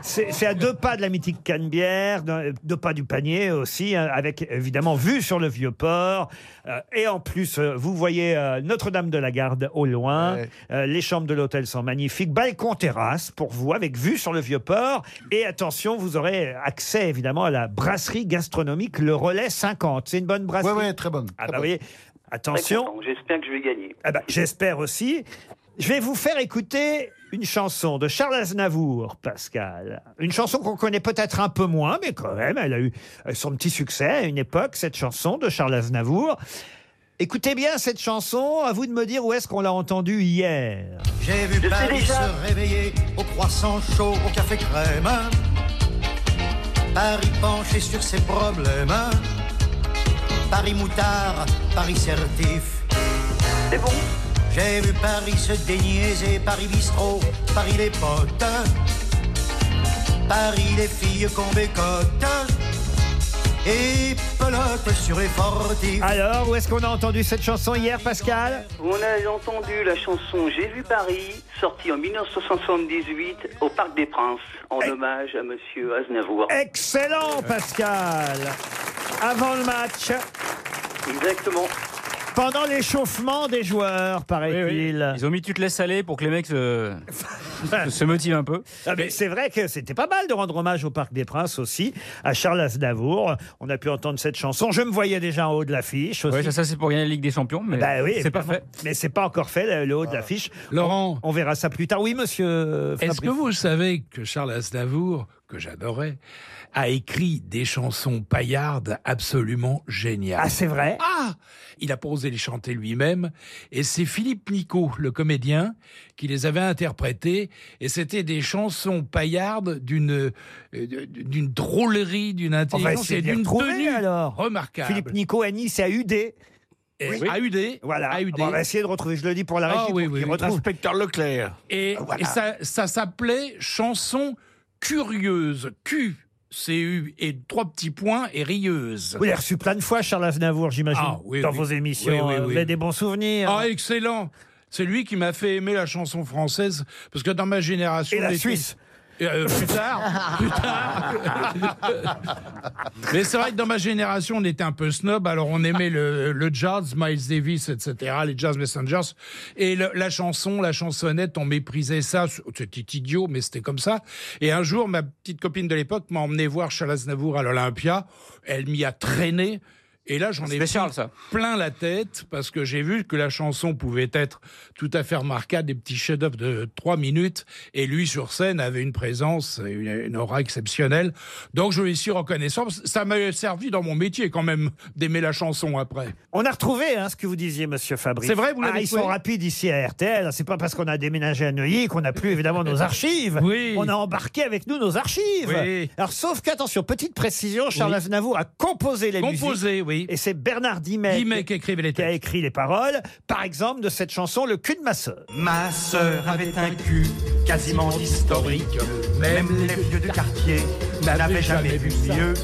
c'est- c'est à deux pas de la mythique Canebière, d'un- deux pas du panier aussi, hein, avec évidemment vue sur le Vieux Port. Euh, Et en plus, euh, vous voyez euh, Notre-Dame de la Garde au loin. Euh, Les chambres de l'hôtel sont magnifiques. Balcon terrasse pour vous, avec vue sur le vieux port. Et attention, vous aurez accès évidemment à la brasserie gastronomique Le Relais 50. C'est une bonne brasserie Oui, très bonne. Ah bah voyez, Très [LAUGHS] attention. content, J'espère que je vais gagner. Ah bah, J'espère aussi. Je vais vous faire écouter une chanson de Charles Aznavour, Pascal. Une chanson qu'on connaît peut-être un peu moins, mais quand même, elle a eu euh, son petit succès à une époque, cette chanson de Charles Aznavour. Écoutez bien cette chanson, à vous de me dire où est-ce qu'on l'a entendue hier. J'ai vu Je sais Paris déjà. se réveiller au croissant chaud, au café crème. Paris penché sur ses problèmes. Paris moutard, Paris certif. C'est bon. J'ai vu Paris se déniaiser, Paris bistrot, Paris les potes. Paris les filles qu'on bécote. Et pelote sur les fortifs. Alors, où est-ce qu'on a entendu cette chanson hier, Pascal On a entendu la chanson J'ai vu Paris, sortie en 1978 au Parc des Princes, en Eh. hommage à Monsieur Aznavour. Excellent, Pascal Avant le match, Exactement. pendant l'échauffement des joueurs, paraît-il. Ils ont mis tu te laisses aller pour que les mecs se, se motivent un peu. Ah, mais c'est vrai que c'était pas mal de rendre hommage au Parc des Princes aussi, à Charles Aznavour. On a pu entendre cette chanson. Je me voyais déjà en haut de l'affiche aussi. Ouais, ça, ça, c'est pour gagner la Ligue des Champions, mais Bah oui, c'est pas évidemment. fait. Mais c'est pas encore fait, le- le haut de l'affiche. Laurent. On, on verra ça plus tard. Oui, monsieur. Est-ce Fabrice. que vous savez que Charles Aznavour, que j'adorais, a écrit des chansons paillardes absolument géniales Ah, c'est vrai Ah Il a posé les chanter lui-même, et c'est Philippe Nico, le comédien, qui les avait interprétées, et c'était des chansons paillardes d'une euh, d'une drôlerie, d'une On va intelligence essayer et de les d'une retrouver, hein. tenue alors. remarquable. Philippe Nico à Nice et à UD. Et Oui. à UD, Voilà. à UD. On va essayer de retrouver, je le dis pour la Ah, régie, pour oui, qu'ils oui, oui. retrouvent. Inspecteur Leclerc. Et, Voilà. et ça, ça s'appelait Chanson curieuse. Q, C-U, et trois petits points, et rieuse. Vous l'avez reçu plein de fois, Charles Aznavour, j'imagine, Ah, oui, dans oui. vos émissions. euh, Oui, oui, Vous oui. avez des bons souvenirs. Ah, excellent C'est lui qui m'a fait aimer la chanson française, parce que dans ma génération... Et la les- Suisse. Euh, plus tard, plus [LAUGHS] tard. Mais c'est vrai que dans ma génération, on était un peu snob. Alors on aimait le, le jazz, Miles Davis, etc., les jazz messengers. Et le- la chanson, la chansonnette, on méprisait ça. C'était idiot, mais c'était comme ça. Et un jour, ma petite copine de l'époque m'a emmené voir Charles Aznavour à l'Olympia. Elle m'y a traîné. Et là, j'en ai pris plein la tête parce que j'ai vu que la chanson pouvait être tout à fait remarquable, des petits chefs-d'œuvre de trois minutes. Et lui, sur scène, avait une présence, et une, une aura exceptionnelle. Donc, je lui suis reconnaissant. Ça m'a servi dans mon métier, quand même, d'aimer la chanson après. On a retrouvé hein, ce que vous disiez, monsieur Fabrice. C'est vrai, vous l'avez ah, Ils trouvé sont rapides ici à RTL. C'est pas parce qu'on a déménagé à Neuilly qu'on n'a plus évidemment nos archives. Oui. On a embarqué avec nous nos archives. Oui. Alors, sauf qu'attention, petite précision, Charles Oui. Aznavour a composé les musiques. Composé, oui. Et c'est Bernard Dimet, Dimet qui écrivait les qui a écrit les paroles. Par exemple, de cette chanson, Le cul de ma sœur. [LAUGHS] Ma sœur avait un cul quasiment historique. Même les vieux de quartier n'avaient jamais vu mieux.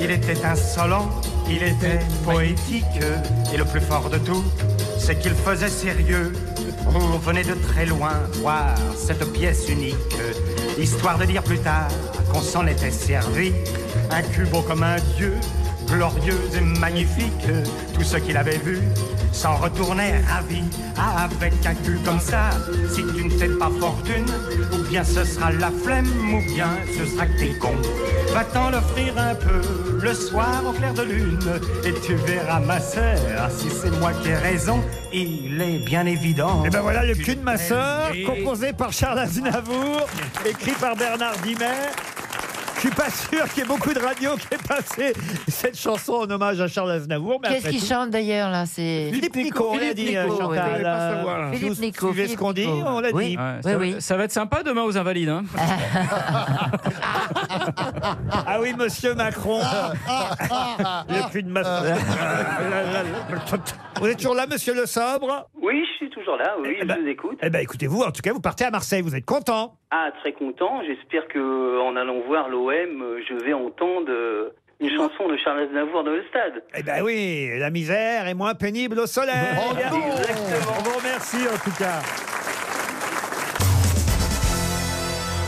Il était insolent, il était poétique. Et le plus fort de tout, c'est qu'il faisait sérieux. On venait de très loin voir cette pièce unique, histoire de dire plus tard qu'on s'en était servi. Un cul beau comme un dieu, glorieux et magnifique. Tout ce qu'il avait [LAUGHS] vu s'en retournait ravi. Ah, avec un cul comme ça, si tu ne fais pas fortune, ou bien ce sera la flemme, ou bien ce sera que t'es con. Va-t'en l'offrir un peu le soir au clair de lune, et tu verras ma sœur, si c'est moi qui ai raison, il est bien évident. Et ben voilà, le que cul de ma tu sœur, aimes. [LAUGHS] composé par Charles Aznavour, écrit par Bernard Dimet. suis pas sûr qu'il y ait beaucoup de radios qui aient passé cette chanson en hommage à Charles Aznavour. mais Qu'est-ce après qu'il tout- chante d'ailleurs là C'est Philippe Nico, on l'a dit, euh, Nico, oui, Chantal. oui. euh, Philippe vous Nico. suivez ce qu'on dit, Philippe Nico. on l'a Oui, dit. Ouais, oui, ça, oui. ça va être sympa demain aux Invalides. hein. [LAUGHS] Ah oui, monsieur Macron. Il n'y a plus de maçon. Vous êtes toujours là, monsieur Le Sobre Oui, je suis toujours là, oui, je vous écoute. Eh bien, écoutez-vous, en tout cas, vous partez à Marseille, vous êtes content. Ah, très content. J'espère que en allant voir l'OM, je vais entendre euh, une chanson de Charles Aznavour dans le stade. Mmh. Eh ben oui, la misère est moins pénible au soleil. On vous remercie en tout cas.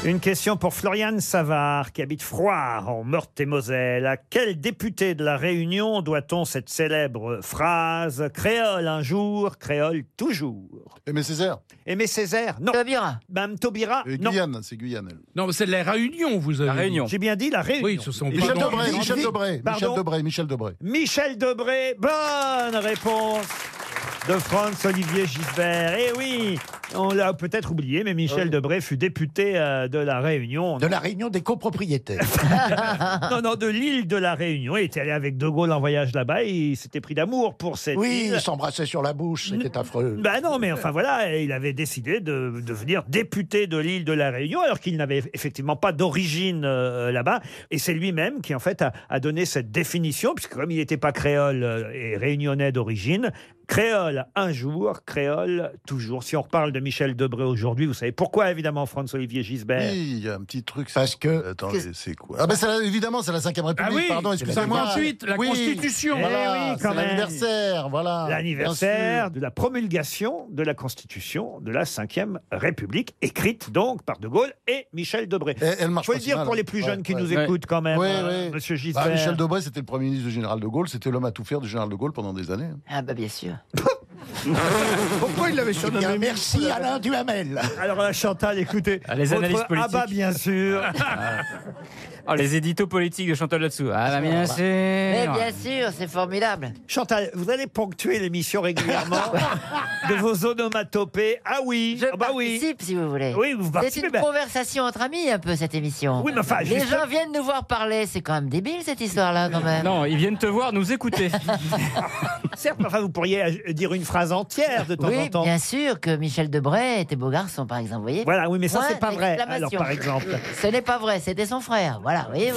Une question pour Floriane Savard, qui habite Froire, en Meurthe-et-Moselle. À quel député de la Réunion doit-on cette célèbre phrase Créole un jour, créole toujours Aimé Césaire Aimé Césaire Non. Taubira Mme Taubira Et Non. Guyane, c'est Guyane, elle. Non, mais c'est la Réunion, vous avez. La Réunion. J'ai bien dit la Réunion. Oui, ce sont Michel pardon. Debré, Michel Vivi- Debré, Michel Pardon Debré, Michel Debré. Michel Debré, bonne réponse de France Olivier Gisbert. Eh oui, on l'a peut-être oublié, mais Michel Debré fut député euh, de la Réunion. De la réunion [LAUGHS] des copropriétaires. Non, non, de l'île de la Réunion. Il était allé avec De Gaulle en voyage là-bas et il s'était pris d'amour pour cette oui, île. ils s'embrassaient sur la bouche, c'était affreux. Ben non, mais enfin voilà, il avait décidé de devenir député de l'île de la Réunion, alors qu'il n'avait effectivement pas d'origine euh, là-bas. Et c'est lui-même qui, en fait, a, a donné cette définition, puisque comme il n'était pas créole euh, et réunionnais d'origine, créole un jour, créole toujours. Si on reparle de Michel Debré aujourd'hui, vous savez pourquoi, évidemment, François-Olivier Gisbert Oui, il y a un petit truc. Parce que. Attends, Qu'est-ce- c'est quoi Ah ben c'est la- évidemment, c'est la 5ème République, Ah oui, pardon, c'est la excusez-moi. 58, la Constitution. Eh Voilà, oui, c'est quand même. l'anniversaire, voilà. L'anniversaire de la promulgation de la Constitution de la Ve République, écrite donc par De Gaulle et Michel Debré. Et elle marche Faut le pas si dire mal, pour hein. les plus Ouais, jeunes qui ouais. nous Ouais. écoutent quand même, Oui, euh, oui. Monsieur Gisbert. Bah, Michel Debré, c'était le premier ministre du général de Gaulle, c'était l'homme à tout faire du général de Gaulle pendant des années. hein. Ah bah bien sûr. Pourquoi il l'avait surnommé Bien, Ah, merci Alain Duhamel. Alors là, Chantal, écoutez, Ah, les votre analyses politiques. Abba, bien sûr. Oh, les éditos politiques de Chantal là-dessous. Ah bah bien sûr. Mais Eh, bien sûr, c'est formidable. Chantal, vous allez ponctuer l'émission [LAUGHS] régulièrement de vos onomatopées. Ah oui, Je ah bah oui. participe si vous voulez. Oui, vous C'est participez. une ben, conversation entre amis un peu cette émission. Oui, mais enfin, Les juste- gens viennent nous voir parler, c'est quand même débile cette histoire-là quand même. Non, ils viennent te voir, nous écouter. [LAUGHS] certes, mais enfin, vous pourriez euh, dire une phrase entière de temps en Oui, temps. bien sûr que Michel Debray était beau garçon, par exemple, voyez. Voilà, oui, mais ça, Point c'est pas vrai, alors, d'exclamation. par exemple. Ah. Ce n'est pas vrai, c'était son frère. Voilà, voyez,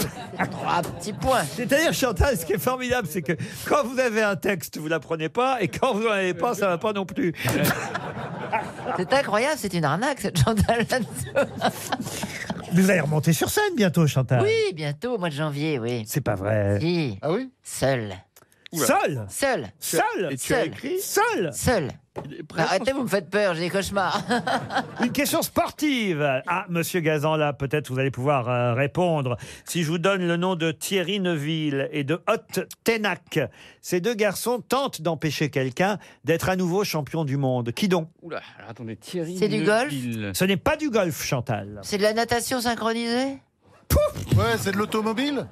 trois petits points. C'est-à-dire, Chantal, ce qui est formidable, c'est que quand vous avez un texte, vous l'apprenez pas, et quand vous n'en avez pas, ça va pas non [LAUGHS] plus. C'est incroyable, c'est une arnaque cette Chantal Vous allez remonter sur scène bientôt, Chantal. Oui, bientôt, au mois de janvier, oui. C'est pas vrai. Si, Ah oui seul. Seul Seul. Seul Seul. Seul Seul. Arrêtez, vous me faites peur, j'ai des cauchemars. Une question sportive. Ah, monsieur Gazan, là, peut-être vous allez pouvoir euh, répondre. Si je vous donne le nom de Thierry Neuville et de Hot Tenak, ces deux garçons tentent d'empêcher quelqu'un d'être à nouveau champion du monde. Qui donc Oula, alors attendez, Thierry. C'est du golf Neuville. Ce n'est pas du golf, Chantal. C'est de la natation synchronisée Ouais, c'est de l'automobile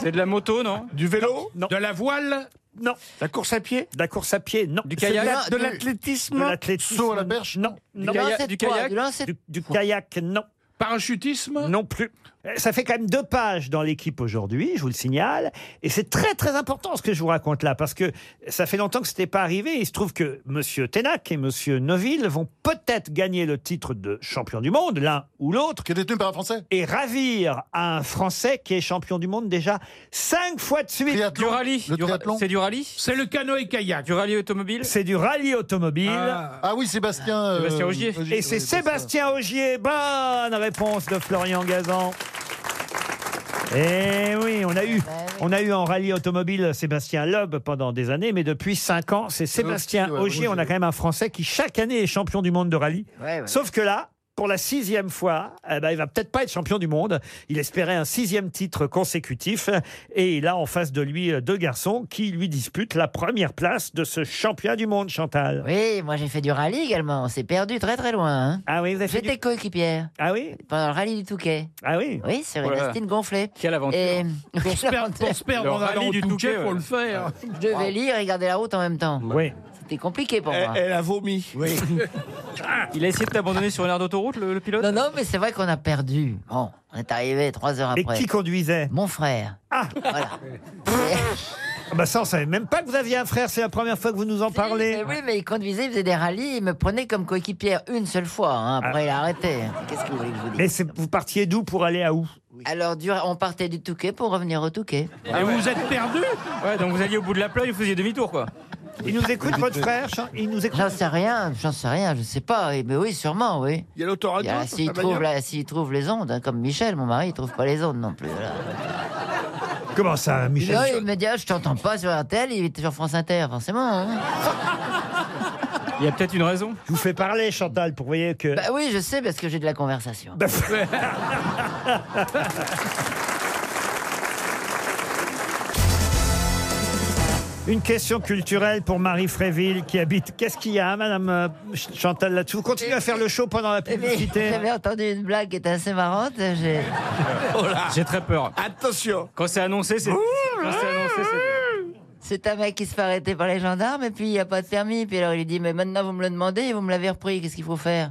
C'est de la moto, non Du vélo Non. De la voile Non. La course à pied De la course à pied Non. Du kayak la- De du- De l'athlétisme l'athlétisme Saut à la berge Non. Non. Du kayak- lancer de du poids, kayak du lancer de- Du, du kayak Non. Parachutisme Non plus. Euh, Ça fait quand même deux pages dans l'équipe aujourd'hui, je vous le signale. Et c'est très très important ce que je vous raconte là, parce que ça fait longtemps que ce n'était pas arrivé. Il se trouve que M. Tenac et M. Neuville vont peut-être gagner le titre de champion du monde, l'un ou l'autre, qui est détenu par un Français et ravir un Français qui est champion du monde déjà cinq fois de suite. Du Triathlon rallye. Le Du ra- triathlon C'est du rallye C'est le canoë-kayak. Du rallye automobile C'est du rallye automobile. Ah, Ah oui, Sébastien... euh, Sébastien Ogier. Et c'est oui, Sébastien Augier. Bonne réponse de Florian Gazan. Eh oui, on a Bah eu, on a eu en rallye automobile Sébastien Loeb pendant des années, mais depuis 5 ans, c'est Sébastien ouais, Augier. On a quand même un Français qui chaque année est champion du monde de rallye. Ouais, ouais. Sauf que là, pour la sixième fois, eh ben, il va peut-être pas être champion du monde. Il espérait un sixième titre consécutif. Et il a en face de lui euh, deux garçons qui lui disputent la première place de ce championnat du monde, Chantal. Oui, moi j'ai fait du rallye également, on s'est perdu très très loin. hein. Ah oui, vous avez fait du- J'étais coéquipière Ah oui pendant le rallye du Touquet. Ah oui Oui, sur une Voilà. Astin gonflée. Quelle aventure. Et Pour se perdre, pour se perdre Le en allant rallye au du Touquet, Touquet, [LAUGHS] faut ouais. le faire. je devais lire et regarder la route en même temps. Oui. C'était c'était compliqué pour Elle- moi. elle a vomi. [LAUGHS] Oui. Il a essayé de t'abandonner sur une aire d'autoroute, le, le pilote Non, non, mais c'est vrai qu'on a perdu. Bon, on est arrivé trois heures Et après. qui conduisait Mon frère. Ah Ah bah ça, on savait même pas que vous aviez un frère, c'est la première fois que vous nous en parlez. Eh oui, mais il conduisait, il faisait des rallyes, il me prenait comme coéquipière une seule fois. hein. Après, il a arrêté. Qu'est-ce que vous voulez que je vous dise Ah. Mais c'est- vous partiez d'où pour aller à où Alors, du- on partait du Touquet pour revenir au Touquet. Et vous vous êtes perdu Ah Ouais, donc vous alliez au bout de la plage, vous faisiez demi-tour, quoi. Il nous écoute, votre [LAUGHS] frère euh, Il nous écoute J'en sais rien, j'en sais rien, je sais pas. Eh ben oui, sûrement, oui. Il y a Ah l'autoradio. Il y a- sur S'il sa trouve, bagnole. la- s'il trouve les ondes, hein, comme Michel, mon mari, il trouve pas les ondes non plus. alors. Comment ça, Michel Non, il me dit, ah, je t'entends pas sur RTL, il était sur France Inter, forcément. hein. Il y a peut-être une raison. Je vous fais parler, Chantal, pour voyez que. Bah oui, je sais, parce que j'ai de la conversation. [LAUGHS] Une question culturelle pour Marie Fréville qui habite. Qu'est-ce qu'il y a, Madame euh, Ch- Chantal là-dessous Vous continuez à faire le show pendant la Eh bien, publicité. [LAUGHS] J'avais entendu une blague qui était assez marrante. J'ai... Oh J'ai très peur. Attention Quand c'est annoncé, c'est. quand c'est annoncé, c'est- C'est un mec qui se fait arrêter par les gendarmes et puis il n'y a pas de permis. Puis alors il lui dit Mais maintenant vous me le demandez et vous me l'avez repris, qu'est-ce qu'il faut faire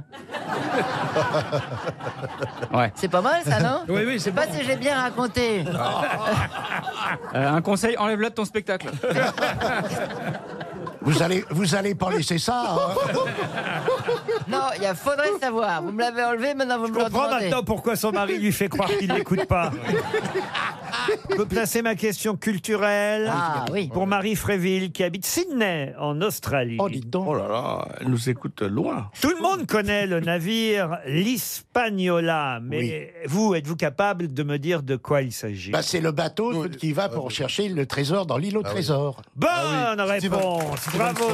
C'est pas mal ça, non [LAUGHS] Oui, oui, Je sais c'est pas bon. si j'ai bien raconté. [LAUGHS] Euh, un conseil, enlève-la de ton spectacle. Vous allez, vous allez pas laisser ça. hein. [LAUGHS] non, il y a faudrait savoir. Vous me l'avez enlevé, maintenant vous me le Je comprends demandez. maintenant pourquoi son mari lui fait croire qu'il n'écoute [LAUGHS] pas. Je peux placer ma question culturelle Ah, oui. pour Marie Fréville qui habite Sydney en Australie. Oh, là là, elle nous écoute loin. Tout le monde connaît le navire l'Hispaniola, mais vous, êtes-vous capable de me dire de quoi il s'agit Bah, c'est le bateau qui va pour chercher le trésor dans l'île au trésor. Bonne réponse, bravo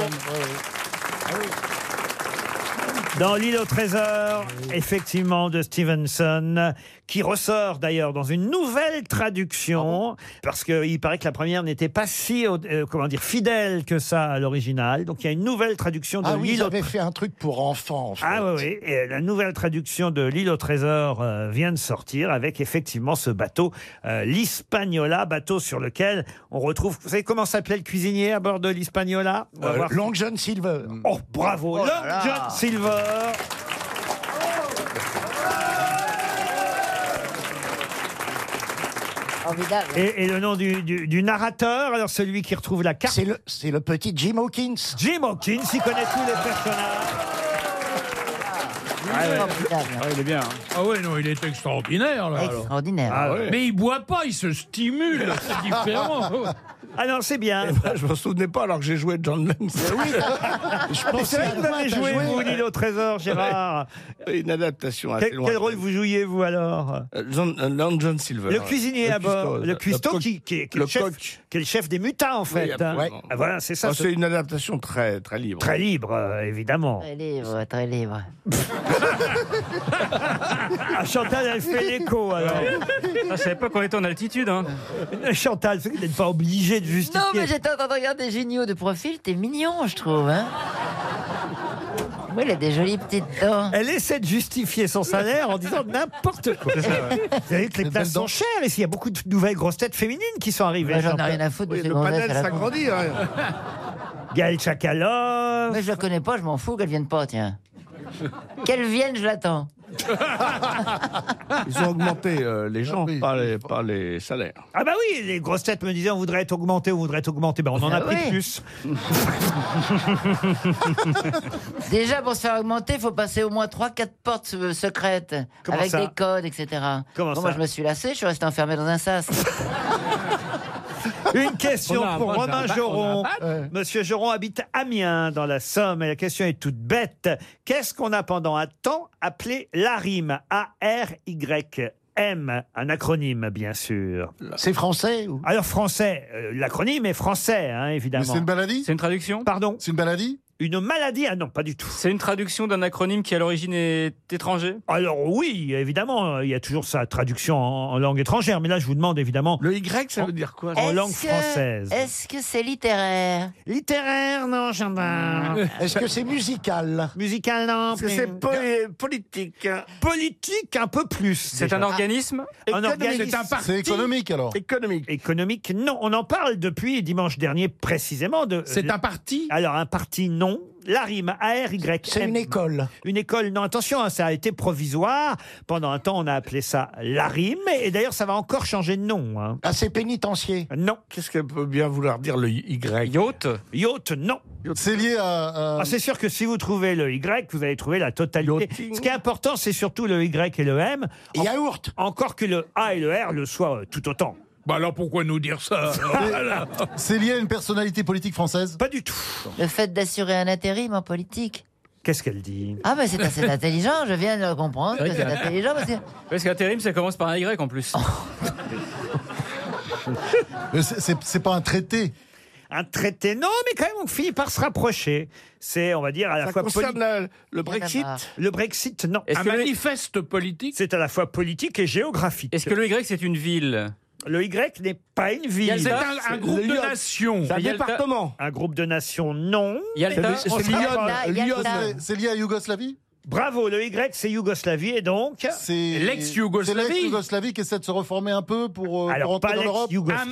Dans l'île au trésor, effectivement, de Stevenson, qui ressort d'ailleurs dans une nouvelle Ah traduction, parce qu'il paraît que la première n'était pas si, euh, comment dire, fidèle que ça à l'original. Donc il y a une nouvelle traduction de Ah oui, l'île ils au avaient fait un truc pour enfants. en fait. ah oui, oui, et la nouvelle traduction de L'île au trésor euh, vient de sortir avec effectivement ce bateau, euh, l'Hispaniola, bateau sur lequel on retrouve... Vous savez comment s'appelait le cuisinier à bord de l'Hispaniola On va Euh, voir. Long John Silver. Oh, bravo Oh là Long là. John Silver Formidable. et, et le nom du, du- du narrateur, alors celui qui retrouve la carte... C'est le, c'est le petit Jim Hawkins. Jim Hawkins, il connaît tous les personnages. Ah il est bien. Ah ouais, non, il est extraordinaire, là. alors. Extraordinaire. Ah ouais. Mais il boit pas, il se stimule, [LAUGHS] c'est différent. [LAUGHS] Ah non, c'est bien. Eh ben, je me souvenais pas alors que j'ai joué John Lennon. [LAUGHS] Je pense que vous avez joué, vous, L'île au trésor, Gérard. Une adaptation assez Quel, loin. quel rôle vous jouiez, vous, alors John, euh, Lon John Silver. Le cuisinier à bord, le cuistot coq- qui, qui est, qui est le le chef, coq. qui est le chef des mutins, en fait. Oui, hein. absolument. Ah, voilà, c'est ça. Ah, ce- c'est une adaptation très, très libre. Très libre, euh, évidemment. Très libre, très libre. [LAUGHS] Ah, Chantal, elle fait l'écho, alors. Euh, Ah, je savais pas qu'on était en altitude. Hein. Chantal, vous n'êtes pas obligé de justifier. Non, mais j'étais en train de regarder Géniaux de profil, t'es mignon, je trouve. Hein oui, il a des jolies petites dents. Elle essaie de justifier son salaire en disant n'importe quoi. C'est ça, ouais. Vous savez que les places sont chères ici. Il y a beaucoup de nouvelles grosses têtes féminines qui sont arrivées. Moi, j'en ai Chantal. rien à foutre de Oui, ces le gonzesses panel à la con. s'agrandit. hein. Gaël Chakalov. Mais je la connais pas, je m'en fous qu'elle vienne pas, tiens. Qu'elle vienne, je l'attends. Ils ont augmenté euh, les gens, pas, les, pas les salaires. [LAUGHS] Ah bah oui, les grosses têtes me disaient on voudrait être augmenté, on voudrait être augmenté. Ben on en a Ah pris ouais. [LAUGHS] plus. [LAUGHS] Déjà, pour se faire augmenter, il faut passer au moins 3-4 portes euh, secrètes, Comment avec ça des codes, etc. Comment ça Bon, moi, je me suis lassé, je suis resté enfermé dans [LAUGHS] un sas. Une question On a un pour badge, Romain un badge, Joron. on a un Monsieur Joron habite Amiens dans la Somme et la question est toute bête. Qu'est-ce qu'on a pendant un temps appelé la rime A-R-Y-M, un acronyme bien sûr. C'est français ou Alors français, euh, l'acronyme est français hein, évidemment. Mais c'est une maladie C'est une traduction Pardon C'est une maladie Une maladie Ah non, pas du tout. C'est une traduction d'un acronyme qui à l'origine est étranger Alors oui, évidemment, il y a toujours sa traduction en, en langue étrangère, mais là je vous demande évidemment... Le Y, ça veut dire quoi En Est-ce langue que- française. Est-ce que c'est littéraire Littéraire, non, Jardin. [LAUGHS] Est-ce que c'est musical Musical, non. Parce que c'est poli- politique. Politique, un peu plus. Ah, C'est un organisme Un Économique. organisme. C'est un parti C'est économique, alors Économique. Économique, non. On en parle depuis dimanche dernier précisément de. C'est un parti Alors un parti, non. La rime A-R-Y. C'est une école. Une école, non. Attention, hein, ça a été provisoire. Pendant un temps, on a appelé ça la rime. Et d'ailleurs, ça va encore changer de nom. Ah, c'est pénitencier Non. Qu'est-ce que peut bien vouloir dire le Y Yacht Yacht, non. C'est lié à. Ah, c'est sûr que si vous trouvez le Y, vous allez trouver la totalité. Ce qui est important, c'est surtout le Y et le M. Yaourt Encore que le A et le R le soient euh, tout autant. Bah alors pourquoi nous dire [LAUGHS] ça alors C'est lié à une personnalité politique française Euh, Pas du tout. Le fait d'assurer un intérim en politique Qu'est-ce qu'elle dit Ah, mais c'est [LAUGHS] assez intelligent, je viens de le comprendre. que Ah, C'est intelligent parce que. Oh. Parce qu'intérim, ça commence par un Y en plus. Mais c'est- C'est c'est pas un traité. Un traité, non, mais quand même, on finit par se rapprocher. C'est, on va dire, à la Ça fois concerne la- le Il y en a Brexit marre. Le Brexit, non. Est-ce Un que le- manifeste politique C'est à la fois politique et géographique. Est-ce que le Y, c'est une ville Le Y n'est pas une ville. Yalta, C'est un- un c'est groupe le de Yacht. nations. C'est un Yalta. département. Un groupe de nations, non. Yalta. C'est- c'est On se Lyon. rapproche. Lyon. Yalta. C'est lié à Yougoslavie Bravo, le Y, c'est Yougoslavie, et donc C'est C'est l'ex-Yougoslavie qui essaie de se reformer un peu pour, euh, Alors, pour pas rentrer dans l'Europe. l'ex-Yougoslavie. Un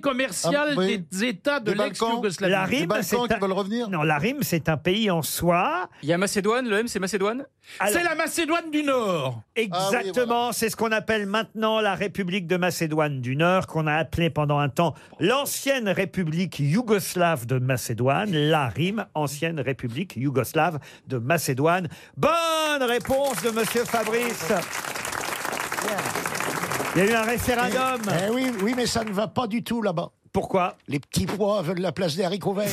[LAUGHS] commercial Ah, oui. des États de Des Balkans. l'ex-Yougoslavie. La rime, c'est un... Non, la rime, c'est un pays en soi. Il y a Macédoine, le M, c'est Macédoine Alors- C'est la Macédoine du Nord. Exactement, c'est ce qu'on appelle maintenant la République de Macédoine du Nord, qu'on a appelée pendant un temps l'ancienne République yougoslave de Macédoine, la RIM, ancienne République yougoslave de Macédoine. Bonne réponse de Monsieur Fabrice. Il y a eu un référendum. Eh oui, oui, mais ça ne va pas du tout là-bas. Pourquoi Les petits pois veulent la place des [LAUGHS] haricots verts.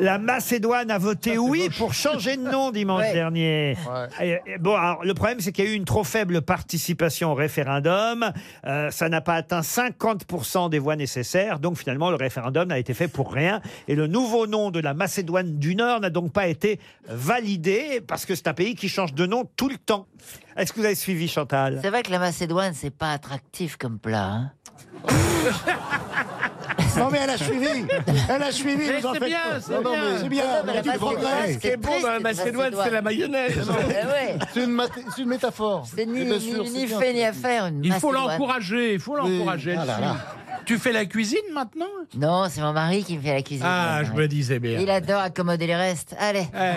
La Macédoine a voté oui pour changer de nom dimanche Ouais. dernier. Et- et bon, alors, le problème, c'est qu'il y a eu une trop faible participation au référendum. Euh, ça n'a pas atteint 50% des voix nécessaires. Donc, finalement, le référendum n'a été fait pour rien. Et le nouveau nom de la Macédoine du Nord n'a donc pas été validé parce que c'est un pays qui change de nom tout le temps. Est-ce que vous avez suivi, Chantal C'est vrai que la Macédoine, c'est pas attractif comme plat. hein. Non [LAUGHS] mais elle a suivi Elle a suivi, Mais vous en c'est faites bien, pas. c'est Non, non, bien. mais c'est bien, Non, mais on a la du Macédoine, progrès. c'est Ce qui est bon triste, dans la Macédoine, c'est la mayonnaise. C'est une, maté- c'est une métaphore. C'est ni, Eh bien ni- sûr, ni c'est bien. fait ni à faire, Oh, une Il faut Macédoine. l'encourager, il faut l'encourager. Ah là là. Tu fais la cuisine maintenant Non, c'est mon mari qui me fait la cuisine. Ah, je me disais bien. Il adore accommoder les restes. Allez. Eh. [LAUGHS]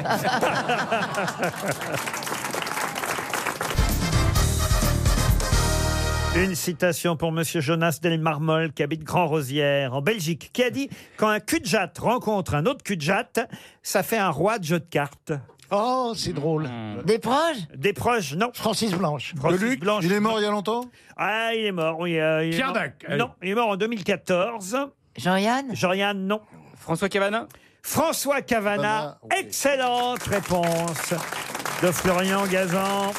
[LAUGHS] Une citation pour Monsieur Jonas Delmarmol, qui habite Grand Rosière, en Belgique, qui a dit Quand un cul de jatte rencontre un autre cul de jatte, ça fait un roi de jeu de cartes. Hmm. Oh, c'est drôle. Des proches Des proches, non. Francis Blanche. Francis Blanche. Il est mort il y a longtemps Ah, il est mort, oui. euh, il est Pierre mort- Dac, allez. Non, il est mort en 2014. Jean-Yann Jean-Yann, non. François Cavana François Cavana, excellente réponse de Florian Gazan.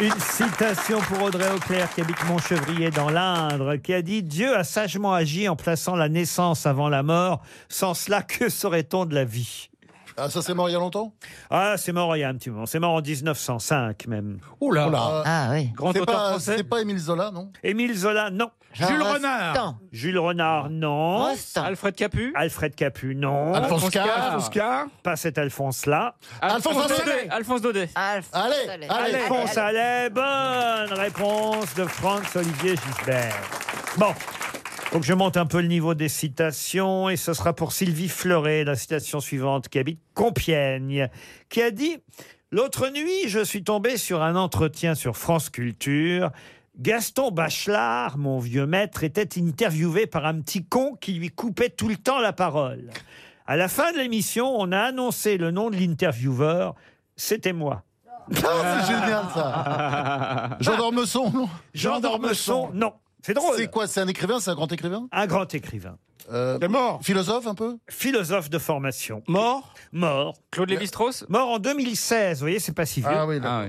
Une citation pour Audrey Auclair qui habite Montchevrier dans l'Indre, qui a dit Dieu a sagement agi en plaçant la naissance avant la mort. Sans cela, que saurait-on de la vie Ah, ça c'est mort il y a longtemps Ah, c'est mort il y a un petit moment. C'est mort en 1905 même. Oula. Oula. Ah oui. Grand C'est auteur pas, français. c'est pas Émile Zola, non Émile Zola, non. Jean Jules Renard. Rostand. Jules Renard, non. Rostand. Alfred Capu. Alfred Capu, non. Alphonse Alphonse Carr. Carr. Alphonse Carr. Pas cet Alphonse-là. Alphonse Daudet Alphonse Daudet Allez, Alphonse Allais, bonne réponse de Franz-Olivier Gisbert. Bon. Donc je monte un peu le niveau des citations et ce sera pour Sylvie Fleuret, la citation suivante qui habite Compiègne, qui a dit L'autre nuit, je suis tombé sur un entretien sur France Culture. Gaston Bachelard, mon vieux maître, était interviewé par un petit con qui lui coupait tout le temps la parole. À la fin de l'émission, on a annoncé le nom de l'intervieweur. C'était moi. Ah, Euh. c'est génial ça Jean Dormesson, [LAUGHS] non Jean Dormesson, non. C'est drôle. C'est quoi C'est un écrivain C'est un grand écrivain Un grand écrivain. euh, mort Philosophe un peu Philosophe de formation. Mort Mort. Claude Lévi-Strauss Ah Mort en 2016, vous voyez, c'est pas si vieux. Ah oui, d'accord.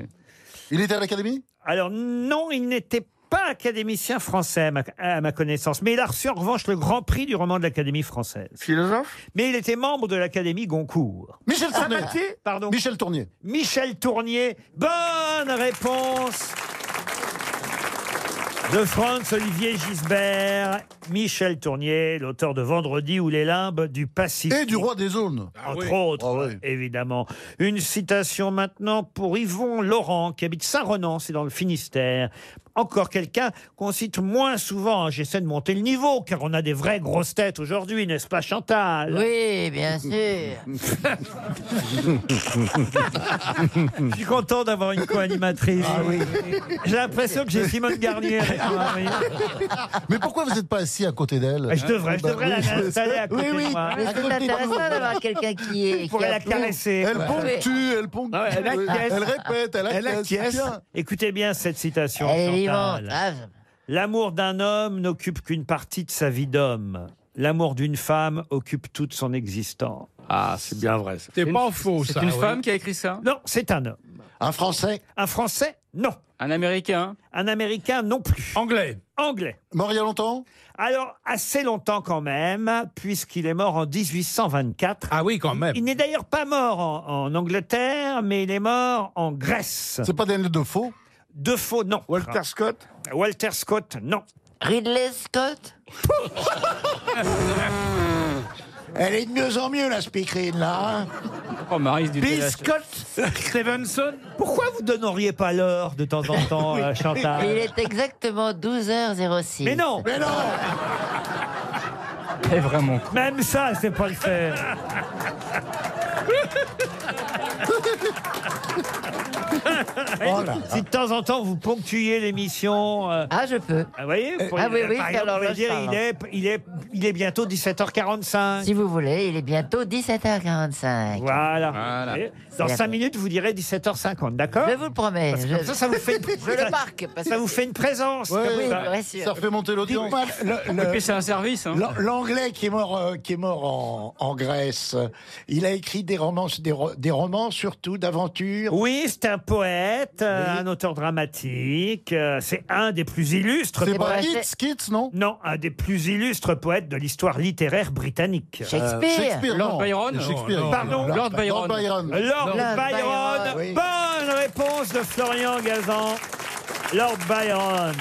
Il était à l'académie Alors non, il n'était pas académicien français à ma, à ma connaissance, mais il a reçu en revanche le grand prix du roman de l'Académie française. Philosophe Mais il était membre de l'Académie Goncourt. Michel Tournier. Pardon Michel Tournier. Michel Tournier. Bonne réponse de France Olivier Gisbert, Michel Tournier, l'auteur de Vendredi ou les limbes du Pacifique. Et du roi des Ah zones. Entre autres, évidemment. Une citation maintenant pour Yvon Laurent, qui habite Saint-Renan, c'est dans le Finistère. Encore quelqu'un qu'on cite moins souvent. hein. J'essaie de monter le niveau, car on a des vraies grosses têtes aujourd'hui, n'est-ce pas, Chantal Oui, bien sûr. [LAUGHS] Je suis content d'avoir une co-animatrice. Ah J'ai l'impression que j'ai Simone Garnier. avec moi, oui. [LAUGHS] Mais pourquoi vous n'êtes pas assis à côté d'elle Je devrais, je Bah devrais la oui. l'installer à côté Oui, oui. de moi. Mais Ah, c'est intéressant d'avoir quelqu'un qui est. Il pourrait qui la apprend. caresser. Elle ponctue, elle ponctue. Ah Euh, Elle répète, elle acquiesce. Bien. Écoutez bien cette citation. Elle est Chantal. vivante. Ah, L'amour d'un homme n'occupe qu'une partie de sa vie d'homme. L'amour d'une femme occupe toute son existence. Ah, c'est bien vrai. C'est pas faux, C'est une femme qui a écrit ça Non, c'est un homme. Un Français Un Français Non. Un Américain Un Américain non plus. Anglais Anglais. Mort il y a longtemps Alors, assez longtemps quand même, puisqu'il est mort en 1824. Ah oui, quand même. Il n'est d'ailleurs pas mort en, en Angleterre, mais il est mort en Grèce. C'est pas Daniel Defoe Defoe, non. Walter Scott Walter Scott, non. Ridley Scott Elle est de mieux en mieux, la speakerine, là. hein. Oh, Marie, c'est du Bill déleste. Stevenson Pourquoi vous donneriez pas l'heure de temps en [LAUGHS] temps, euh, Chantal Il est exactement 12h06. Mais non Mais non est vraiment [LAUGHS] Même ça, c'est pas le faire. Si de temps en temps vous ponctuez l'émission. euh, Ah, je peux. Vous voyez vous pourriez- Ah oui, oui, par c'est exemple, à l'horloge, vous dire, il pardon. est, il, est, il est bientôt 17h45. hein. Si vous voulez, il est bientôt 17h45. Voilà. Dans C'est 5 la- minutes, vous direz 17h50, d'accord Je vous le promets. Parce que je- comme ça, ça vous fait une... [LAUGHS] Je le marque. parce ça que- vous fait une présence. Ouais, comme oui, ça. bien sûr. Ça fait monter l'audience. Dites-moi, Ah, le- le- Et puis c'est un service. Hein. l'an- L'anglais qui est mort, euh, qui est mort en, en Grèce, euh, il a écrit des romans, des, ro- des romans surtout d'aventure. Oui, c'est un poète, euh, un auteur dramatique. euh, C'est un des plus illustres. C'est poètes- pas Kids, Kids, non Non, un des plus illustres poètes de l'histoire littéraire britannique. Euh, Shakespeare. non. Lord Byron Shakespeare. Non, non, Pardon. Lord Lord Byron. Byron. Lord, Lord Byron. Byron, oui. Bonne réponse de Florian Gazan. Lord Byron.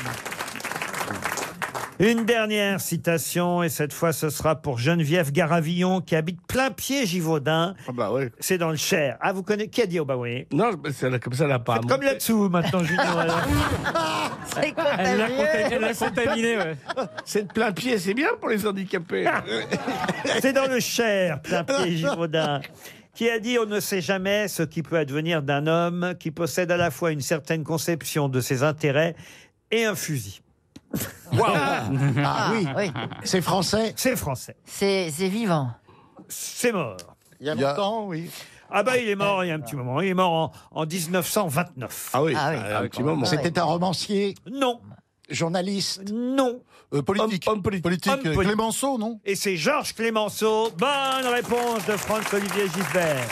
Une dernière citation, et cette fois ce sera pour Geneviève Garavillon qui habite plein pied Givaudan. Ah bah oui. C'est dans le Cher. Ah, vous connaissez Qui a dit Oh bah oui Non, mais c'est- comme ça, elle n'a pas. Faites comme là-dessous maintenant, Julien. [LAUGHS] alors. C'est Elle l'a contagieux. contaminé, elle l'a contaminé, ouais. C'est de plein pied, c'est bien pour [LAUGHS] les handicapés. C'est dans le Cher, plein pied Givaudan. Qui a dit on ne sait jamais ce qui peut advenir d'un homme qui possède à la fois une certaine conception de ses intérêts et un fusil. Ah, oui. Oui. C'est français. C'est français. C'est c'est vivant. C'est mort. Il y a Il y a- longtemps, oui. Ah bah il est mort il y a un petit moment. Il est mort en, en 1929. Ah oui, Ah bah, oui. ça, un petit moment. C'est- C'était un romancier, Non, journaliste. non. Euh, politique. Homme- homme politique. Politique. Homme euh, politique. Clémenceau, non Et c'est Georges Clémenceau. Bonne réponse de Franck-Olivier Gisbert.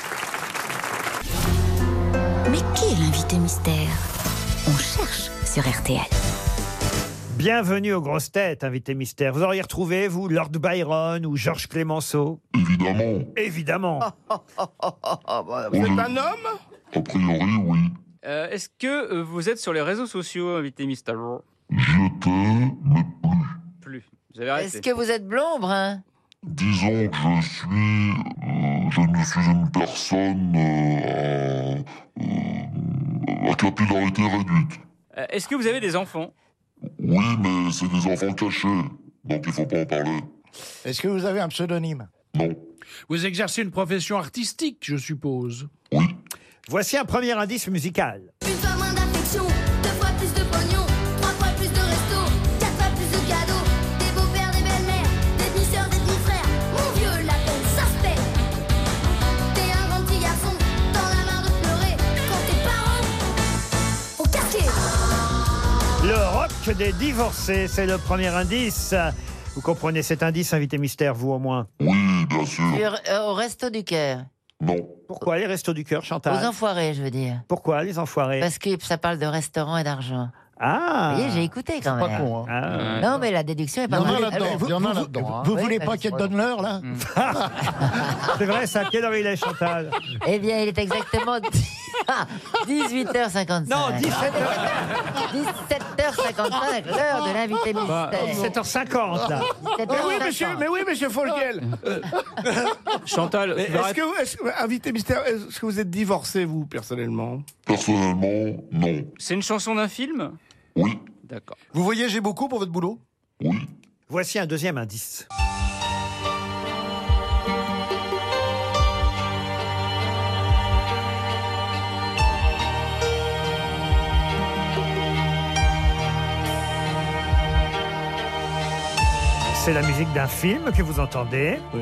Mais qui est l'invité mystère On cherche sur RTL. Bienvenue aux grosses têtes, invité mystère. Vous auriez retrouvé, vous, Lord Byron ou Georges Clémenceau [LAUGHS] Évidemment. Évidemment. C'est un homme [LAUGHS] Euh, Est-ce que euh, vous êtes sur les réseaux sociaux, invité Mister Plus. Vous avez Est-ce arrêté. que vous êtes hein blond, brun Disons que je suis, euh, je ne suis une personne euh, à, euh, à capillarité réduite. Euh, Est-ce que vous avez des enfants Oui, mais c'est des enfants cachés, donc il faut pas en parler. Est-ce que vous avez un pseudonyme Non. Vous exercez une profession artistique, je suppose. Voici un premier indice musical. Une fois moins d'affection, deux fois plus de pognon, trois fois plus de resto, quatre fois plus de cadeaux, des beaux-pères, des belles-mères, des demi-sœurs, des demi-frères. Mon vieux, la peine, ça se fait. T'es un grand petit garçon, dans la main de pleurer, quand tes parents au casqué. Le rock des divorcés, c'est le premier indice. Vous comprenez cet indice, invité mystère, vous au moins Oui, bien Mmh. sûr. Sur- euh, Au resto du cœur. Non. Pourquoi les restos du cœur, Chantal Aux enfoirés, je veux dire. Pourquoi les enfoirés Parce que ça parle de restaurant et d'argent. Ah Vous voyez, j'ai écouté quand C'est pas même. con, hein. Ah. Non, mais la déduction est pas Il y en a mal. là-dedans, Ah, il y en a là-dedans, hein. oui, Vous voulez pas parce- qu'elle donne l'heure, là [LAUGHS] C'est vrai, ça. Quelle heure il est, Chantal Eh bien, il est exactement [LAUGHS] 18h55. Non, 17h55, l'heure de l'invité Bah, mystère. 17h50, là. Mais Ah oui, monsieur, mais oui, monsieur Folguel. [LAUGHS] Chantal, tu vas Est-ce que, vous- est-ce que- invité mystère, est-ce que vous êtes divorcé, vous, personnellement Personnellement, non. C'est une chanson d'un film D'accord. Vous voyagez beaucoup pour votre boulot Voici un deuxième indice. C'est la musique d'un film que vous entendez. Oui.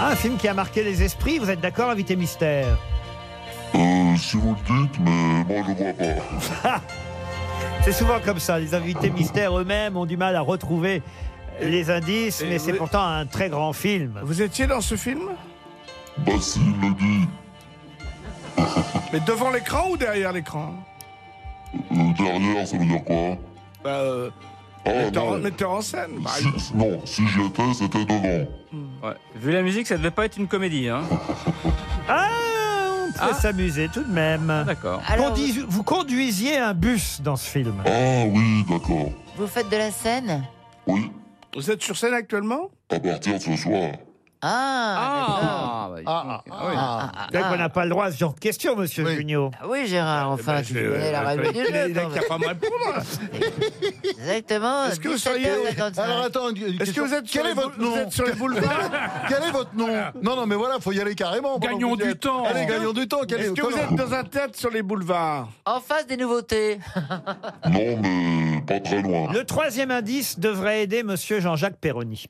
Ah, un film qui a marqué les esprits, vous êtes d'accord, invité mystère Euh, si vous le dites, mais moi je vois pas. [LAUGHS] C'est souvent comme ça, les invités mystères eux-mêmes ont du mal à retrouver les indices, mais c'est pourtant un très grand film. Vous étiez dans ce film Bah si, il le dit, Mais devant l'écran ou derrière l'écran euh, derrière, ça veut dire quoi Bah, euh, Ah, metteur, non. metteur en scène. par Si- exemple. Non, si j'y étais, c'était devant. Ouais. Vu la musique, ça devait pas être une comédie. Hein. Ah. Ah, on peut s'amuser tout de même. D'accord. Conduis- Vous conduisiez un bus dans ce film. Ah oui, d'accord. Vous faites de la scène Vous êtes sur scène actuellement À partir de ce soir. Ah, bah, d'accord. Ah, ah, ah, ah, C'est vrai qu'on n'a pas le droit à ce genre de questions, monsieur Junio. Eh ben, Ah Oui, Gérard, enfin, tu euh, connais la règle du jeu. quand même. Ah, Exactement. Est-ce que vous seriez. 17h55. Alors attends, une, une Est-ce que question. vous êtes sur Quel les est votre bou- vous nom êtes sur les boulevards [LAUGHS] [LAUGHS] Quel est votre nom Non, non, mais voilà, faut y aller carrément. pendant Gagnons que vous y du êtes. temps. hein. Allez, gagnons du temps. quel Est-ce que vous comment- Ah. êtes dans un théâtre sur les boulevards En face des nouveautés. Non, mais pas très loin. Le troisième indice devrait aider monsieur Jean-Jacques Perroni.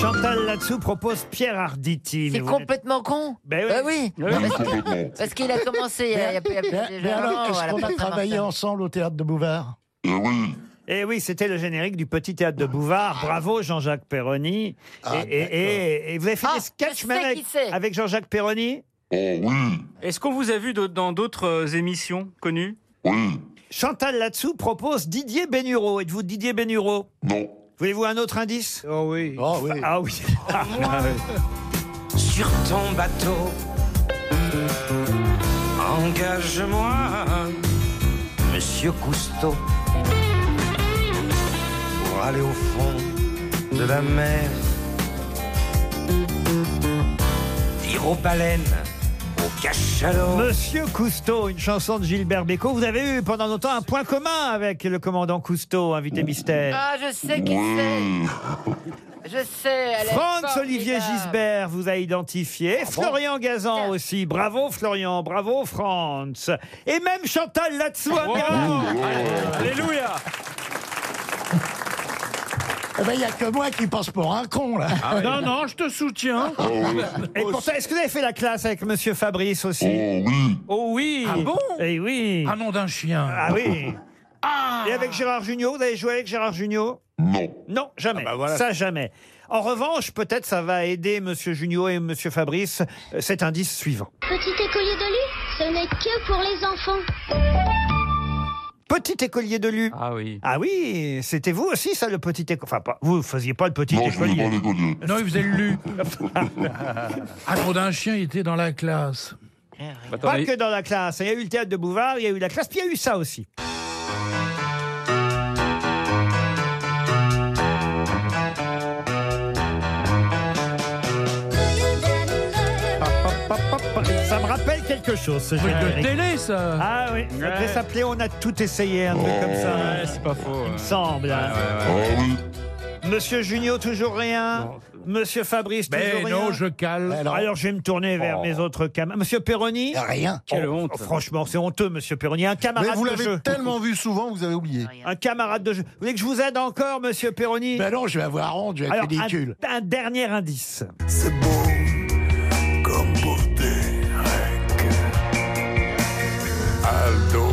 Chantal là-dessous propose Pierre Arditi. C'est complètement con. Ben Bah oui. oui. Parce qu'il a commencé il y a, il y a- il y a plus Mais, mais déjà alors, un an, à est-ce la qu'on a place travaillé Saint-Martin. ensemble au théâtre de Bouvard Et Eh oui, c'était le générique du petit théâtre de Bouvard. Bravo Jean-Jacques Perroni. et, et- et- et vous avez fait des sketchs même avec, avec Jean-Jacques Perroni Est-ce qu'on vous a vu d'autres- dans d'autres euh, émissions connues Chantal là-dessous propose Didier Bénureau. Êtes-vous Didier Bénureau Non. Voulez-vous un autre indice Oh oui. [LAUGHS] Ah oui. sur ton bateau. Engage-moi, monsieur Cousteau, pour aller au fond de la mer. Dire aux baleines, aux cachalots. Monsieur Cousteau, une chanson de Gilbert Bécaud. Vous avez eu pendant longtemps un point commun avec le commandant Cousteau, invité mystère. Ah, je sais qui Mmh. c'est. Je sais. elle est Franz Olivier formidable. Ah Gisbert vous a identifié. Florian Gazan aussi. Bravo Florian, bravo Franz. Et même Chantal là-dessous. un Oh. miracle. Alléluia Eh ben, il n'y a que moi qui pense pour un con, là. Ah Non, non, je te soutiens. Et pour ça, est-ce que vous avez fait la classe avec Monsieur Fabrice aussi Oh oui. Oh oui. Ah bon Eh oui. Un nom d'un chien. Ah oui. Et avec Gérard Junior, vous avez joué avec Gérard Junior Non. Non, jamais. Ah bah voilà. Ça, jamais. En revanche, peut-être ça va aider Monsieur Junior et Monsieur Fabrice euh, cet indice suivant. Petit écolier de lui, ce n'est que pour les enfants. Petit écolier de Lu. Ah oui. Ah oui, c'était vous aussi ça le petit écolier. Enfin, pas, vous ne faisiez pas le petit Non, je voulais écolier. pas l'écolier. Non, il faisait le lu. Ah, Un nom d'un chien, il était dans la classe. Pas que dans la classe. hein. Il y a eu le théâtre de Bouvard, il y a eu la classe, puis il y a eu ça aussi. Ça me rappelle quelque chose, ce Truc de générique. télé, ça. Ah oui, ça devait Ouais. s'appeler On a tout essayé, un truc comme ça. Ouais, c'est pas faux. Il me semble. hein. Ah Monsieur Junio, toujours rien. Monsieur Fabrice, Ben toujours non, rien. je cale. Ben Alors, je vais me tourner vers Oh. mes autres camarades. Monsieur Perroni Ah, Rien. Quelle honte. Franchement, c'est honteux, monsieur Perroni. Un camarade Mais vous de jeu. l'avez tellement vu souvent, vous avez oublié. Ah, Un camarade de jeu. Vous voulez que je vous aide encore, monsieur Perroni Ben non, je vais avoir honte, je vais être Alors, ridicule. Un, un dernier indice. C'est beau Aldo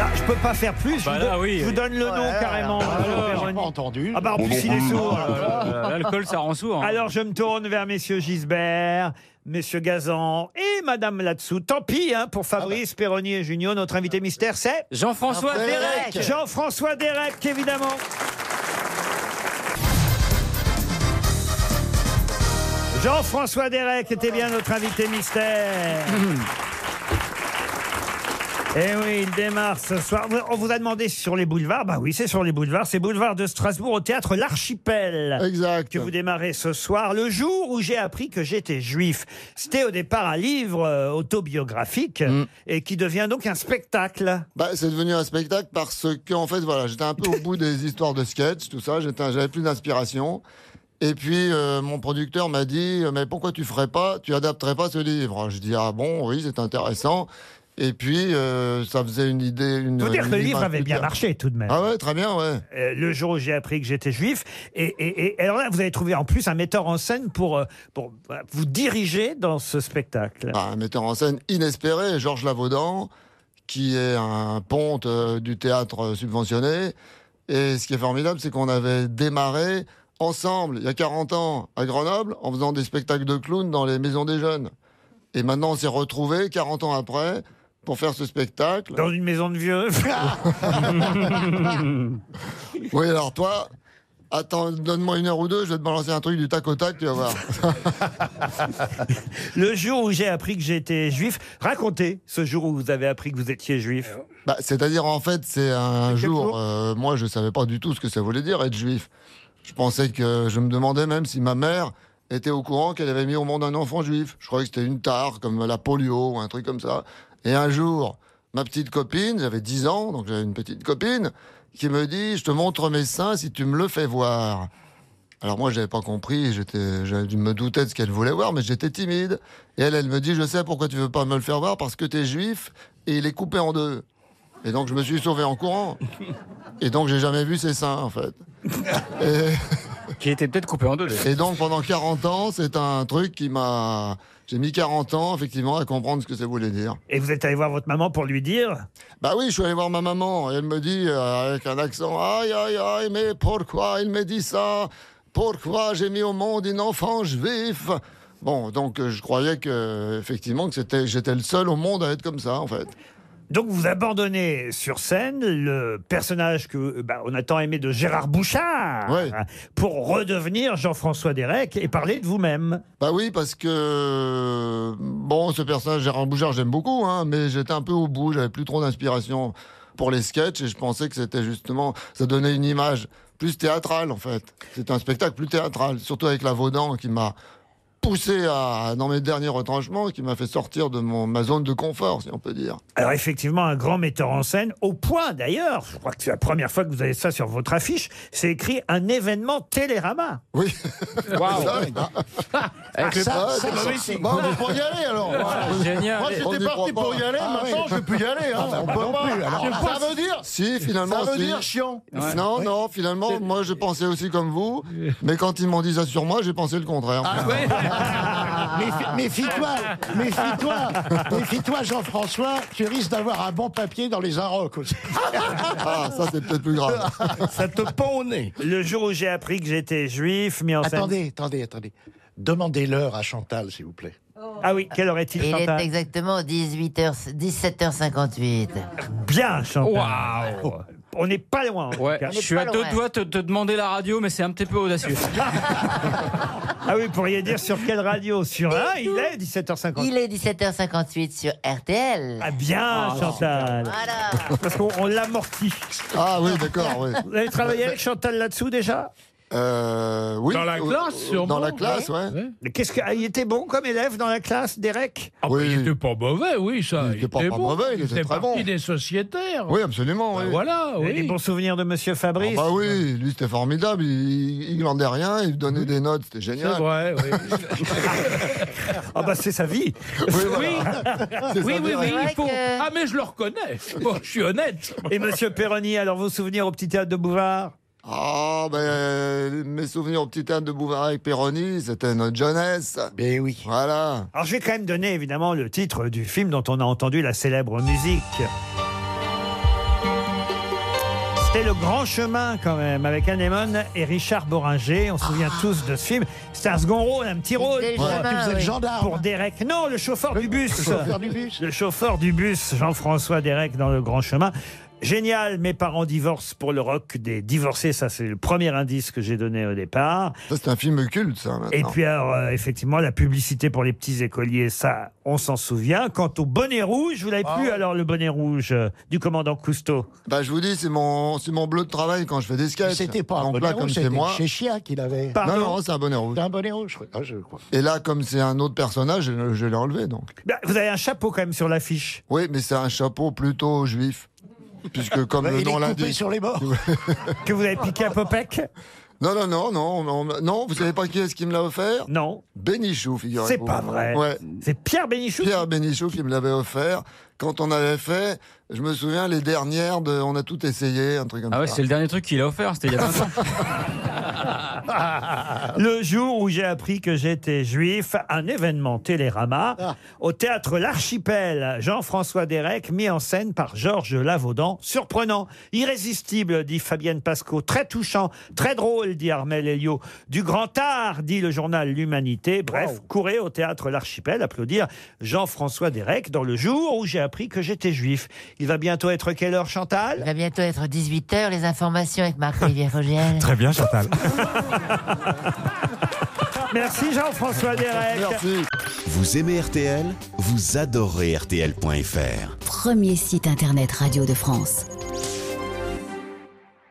Ah, pas faire plus. Bah je, vous donne- je vous donne le nom carrément. pas entendu. Ah bah en plus il est sourd. Euh, L'alcool, ça rend sourd. hein. Alors je me tourne vers messieurs Gisbert, messieurs Gazan et madame Latsou. Tant pis hein, Ah pour bah. Fabrice Perroni et Junio, notre invité mystère c'est Jean-François Jean-François Derek. Jean-François Derek évidemment. Jean-François Derek était bien notre invité [LAUGHS] mystère. Eh oui, il démarre ce soir. On vous a demandé si sur les boulevards. Bah oui, c'est sur les boulevards. C'est boulevard de Strasbourg au théâtre L'Archipel. Exact. Que vous démarrez ce soir. Le jour où j'ai appris que j'étais juif. C'était au départ un livre euh, autobiographique Mm. et qui devient donc un spectacle. Bah, c'est devenu un spectacle parce que, en fait, voilà, j'étais un peu au bout des histoires de sketch, tout ça. J'étais, j'avais plus d'inspiration. Et puis, euh, mon producteur m'a dit, euh, mais pourquoi tu ferais pas, tu adapterais pas ce livre Je dis, ah bon, oui, c'est intéressant. Et puis, euh, ça faisait une idée. Une, Il faut dire une que le image livre avait plus bien claire. marché tout de même. Ah ouais, très bien, ouais. Euh, le jour où j'ai appris que j'étais juif. Et, et- et- alors là, vous avez trouvé en plus un metteur en scène pour, euh, pour euh, vous diriger dans ce [LAUGHS] spectacle. Ah, un metteur en scène inespéré, Georges Lavaudan, qui est un ponte euh, du théâtre euh, subventionné. Et ce qui est formidable, c'est qu'on avait démarré ensemble, il y a 40 ans, à Grenoble, en faisant des spectacles de clowns dans les maisons des jeunes. Et maintenant, on s'est retrouvés, 40 ans après, pour faire ce spectacle. Dans une maison de vieux [LAUGHS] Oui, alors toi, attends, donne-moi une heure ou deux, je vais te balancer un truc du tac au tac, tu vas voir. Le jour où j'ai appris que j'étais juif, racontez ce jour où vous avez appris que vous étiez juif. Bah, C'est-à-dire, en fait, c'est un jour. euh, moi, je ne savais pas du tout ce que ça voulait dire être juif. Je pensais que. Je me demandais même si ma mère était au courant qu'elle avait mis au monde un enfant juif. Je croyais que c'était une tare, comme la polio ou un truc comme ça. Et un jour, ma petite copine, j'avais 10 ans, donc j'avais une petite copine, qui me dit Je te montre mes seins si tu me le fais voir. Alors moi, je n'avais pas compris, j'étais, je me doutais de ce qu'elle voulait voir, mais j'étais timide. Et elle, elle me dit, je sais pourquoi tu veux pas me le faire voir, parce que tu es juif et il est coupé en deux. Et donc je me suis sauvé en courant. Et donc j'ai jamais vu ses seins, en fait. Qui était peut-être coupé en deux. Et donc pendant 40 ans, c'est un truc qui m'a... J'ai mis 40 ans, effectivement, à comprendre ce que ça voulait dire. Et vous êtes allé voir votre maman pour lui dire Bah oui, je suis allé voir ma maman et elle me dit euh, avec un accent Aïe, aïe, aïe, mais pourquoi il me dit ça Pourquoi j'ai mis au monde un enfant juif Bon, donc euh, je croyais que, euh, effectivement, que c'était, j'étais le seul au monde à être comme ça, en fait. Donc vous abandonnez sur scène le personnage que bah, on a tant aimé de Gérard Bouchard hein, pour redevenir Jean-François Derek et parler de vous-même. Bah oui, parce que bon, ce personnage Gérard Bouchard, j'aime beaucoup, hein, mais j'étais un peu au bout, j'avais plus trop d'inspiration pour les sketchs et je pensais que c'était justement, ça donnait une image plus théâtrale en fait. C'était un spectacle plus théâtral, surtout avec la Vaudan qui m'a poussé à dans mes derniers retranchements, qui m'a fait sortir de mon ma zone de confort, si on peut dire. Alors effectivement, un grand metteur en scène, au point d'ailleurs, je crois que c'est la première fois que vous avez ça sur votre affiche, c'est écrit un événement Télérama. [LAUGHS] Oui. Avec le- ça, Ah, ça, c'est pas ça, vrai, c'est- c'est- bon, on est pour y aller alors. [LAUGHS] Génial. Moi On y j'étais croit parti pas. pour y aller, Ah, maintenant oui. je peux plus y aller. Hein. Ah, on bah, peut non pas. plus, alors. ça veut dire Si, finalement. Ça veut si. dire chiant. Ouais. Non, Oui. non, finalement, moi je pensais aussi comme vous, mais quand ils m'ont dit ça sur moi, j'ai pensé le contraire. [LAUGHS] Ah, Méfie- Méfie-toi, [LAUGHS] méfie-toi, méfie-toi, Jean-François. Tu risques d'avoir un bon papier dans les Arocs aussi. Ah, ça c'est peut-être plus grave. Ça te pend au nez. Le jour où j'ai appris que j'étais juif, mis en scène. Attendez, attendez, attendez. Demandez-leur à Chantal, s'il vous plaît. Ah oui, quelle heure est-il, Il Chantal est exactement 18h, 17h58. Bien, Chantal. On n'est pas loin. Ouais, On je est suis pas à deux loin. doigts de te demander la radio, mais c'est un petit peu audacieux. Ah oui, vous pourriez dire sur quelle radio Sur un, Ah, il est 17h50. Il est 17h58 sur RTL. Ah bien, Chantal. Parce qu'on on l'amortit. Ah oui, d'accord, oui. Vous avez travaillé avec Chantal là-dessous déjà Euh, oui. Dans la Euh, classe, euh, sûrement. Dans la classe, ouais. Mais qu'est-ce que, ah, il était bon comme élève dans la classe, Derek oui. Il était pas mauvais, oui, ça. Il était pas, pas Eh bon. mauvais, il Il était fait très partie bon. des sociétaires. Oui, absolument. Ben Bah oui. voilà, Vous avez oui. des bons souvenirs de Monsieur Fabrice Ah bah oui, lui c'était formidable. Il, il glandait rien, il donnait des notes, c'était génial. C'est vrai, oui. [LAUGHS] Ah bah c'est sa vie. Oui, C'est oui, oui, ça, oui, Derek. il faut- Ah, mais je le reconnais. Bon, je suis honnête. Et Monsieur Perroni, alors vos souvenirs au petit théâtre de Bouvard Ah, ben, mes souvenirs au petit théâtre de Bouvard et Péroni, c'était notre jeunesse. Ben oui. Voilà. Alors je vais quand même donner évidemment le titre du film dont on a entendu la célèbre musique. C'était Le Grand Chemin, quand même, avec Anémone et Richard Boringer. On se souvient tous de ce film. C'était un second rôle, un petit rôle. C'était Ah. le chemin, Tu faisais le oui. gendarme. Pour Ah. Derek. Non, le chauffeur du bus. le chauffeur du bus. Le chauffeur du bus, Jean-François Derek, dans Le Grand Chemin. Génial, mes parents divorcent pour le rock des divorcés. Ça, c'est le premier indice que j'ai donné au départ. Ça, c'est un film culte, ça. Maintenant. Et puis alors, euh, effectivement, la publicité pour les petits écoliers, ça, on s'en souvient. Quant au bonnet rouge, vous l'avez plus alors le bonnet rouge euh, du commandant Cousteau Ah Bah, je vous dis, c'est mon, c'est mon bleu de travail quand je fais des sketchs. C'était pas un Donc bonnet là, comme rouge, c'est c'était moi. chez Chia qu'il avait. Non, non, c'est un bonnet rouge. C'était un bonnet rouge, je crois. Ah, je crois. Et là, comme c'est un autre personnage, je, je l'ai enlevé, donc. Bah, vous avez un chapeau quand même sur l'affiche. Oui, mais c'est un chapeau plutôt juif. Puisque, comme Ouais, le il nom est coupé l'indique. sur les [LAUGHS] bords. que vous avez piqué à Popek Non, non, non, non, non, non, vous savez pas qui est-ce qui me l'a offert Non. Bénichou, figurez-vous. C'est pas vrai. Ouais. C'est Pierre Bénichou Pierre Bénichou qui me l'avait offert quand on avait fait, je me souviens, les dernières de On a tout essayé, un truc comme Ah ouais, ça. c'est le [LAUGHS] dernier truc qu'il a offert, c'était il y a 20 ans. [LAUGHS] Le jour où j'ai appris que j'étais juif, un événement Télérama au théâtre L'Archipel, Jean-François Derek, mis en scène par Georges Lavaudan. Surprenant, irrésistible, dit Fabienne Pasco. Très touchant, très drôle, dit Armel Elio. Du grand art, dit le journal L'Humanité. Bref, courez au théâtre L'Archipel applaudir Jean-François Derek dans le jour où j'ai appris que j'étais juif. Il va bientôt être quelle heure, Chantal Il va bientôt être 18h, les informations avec Marc-Olivier [LAUGHS] Fogiel. Très bien, Chantal. Merci Jean-François Derek. Vous aimez RTL Vous adorez RTL.fr. Premier site internet radio de France.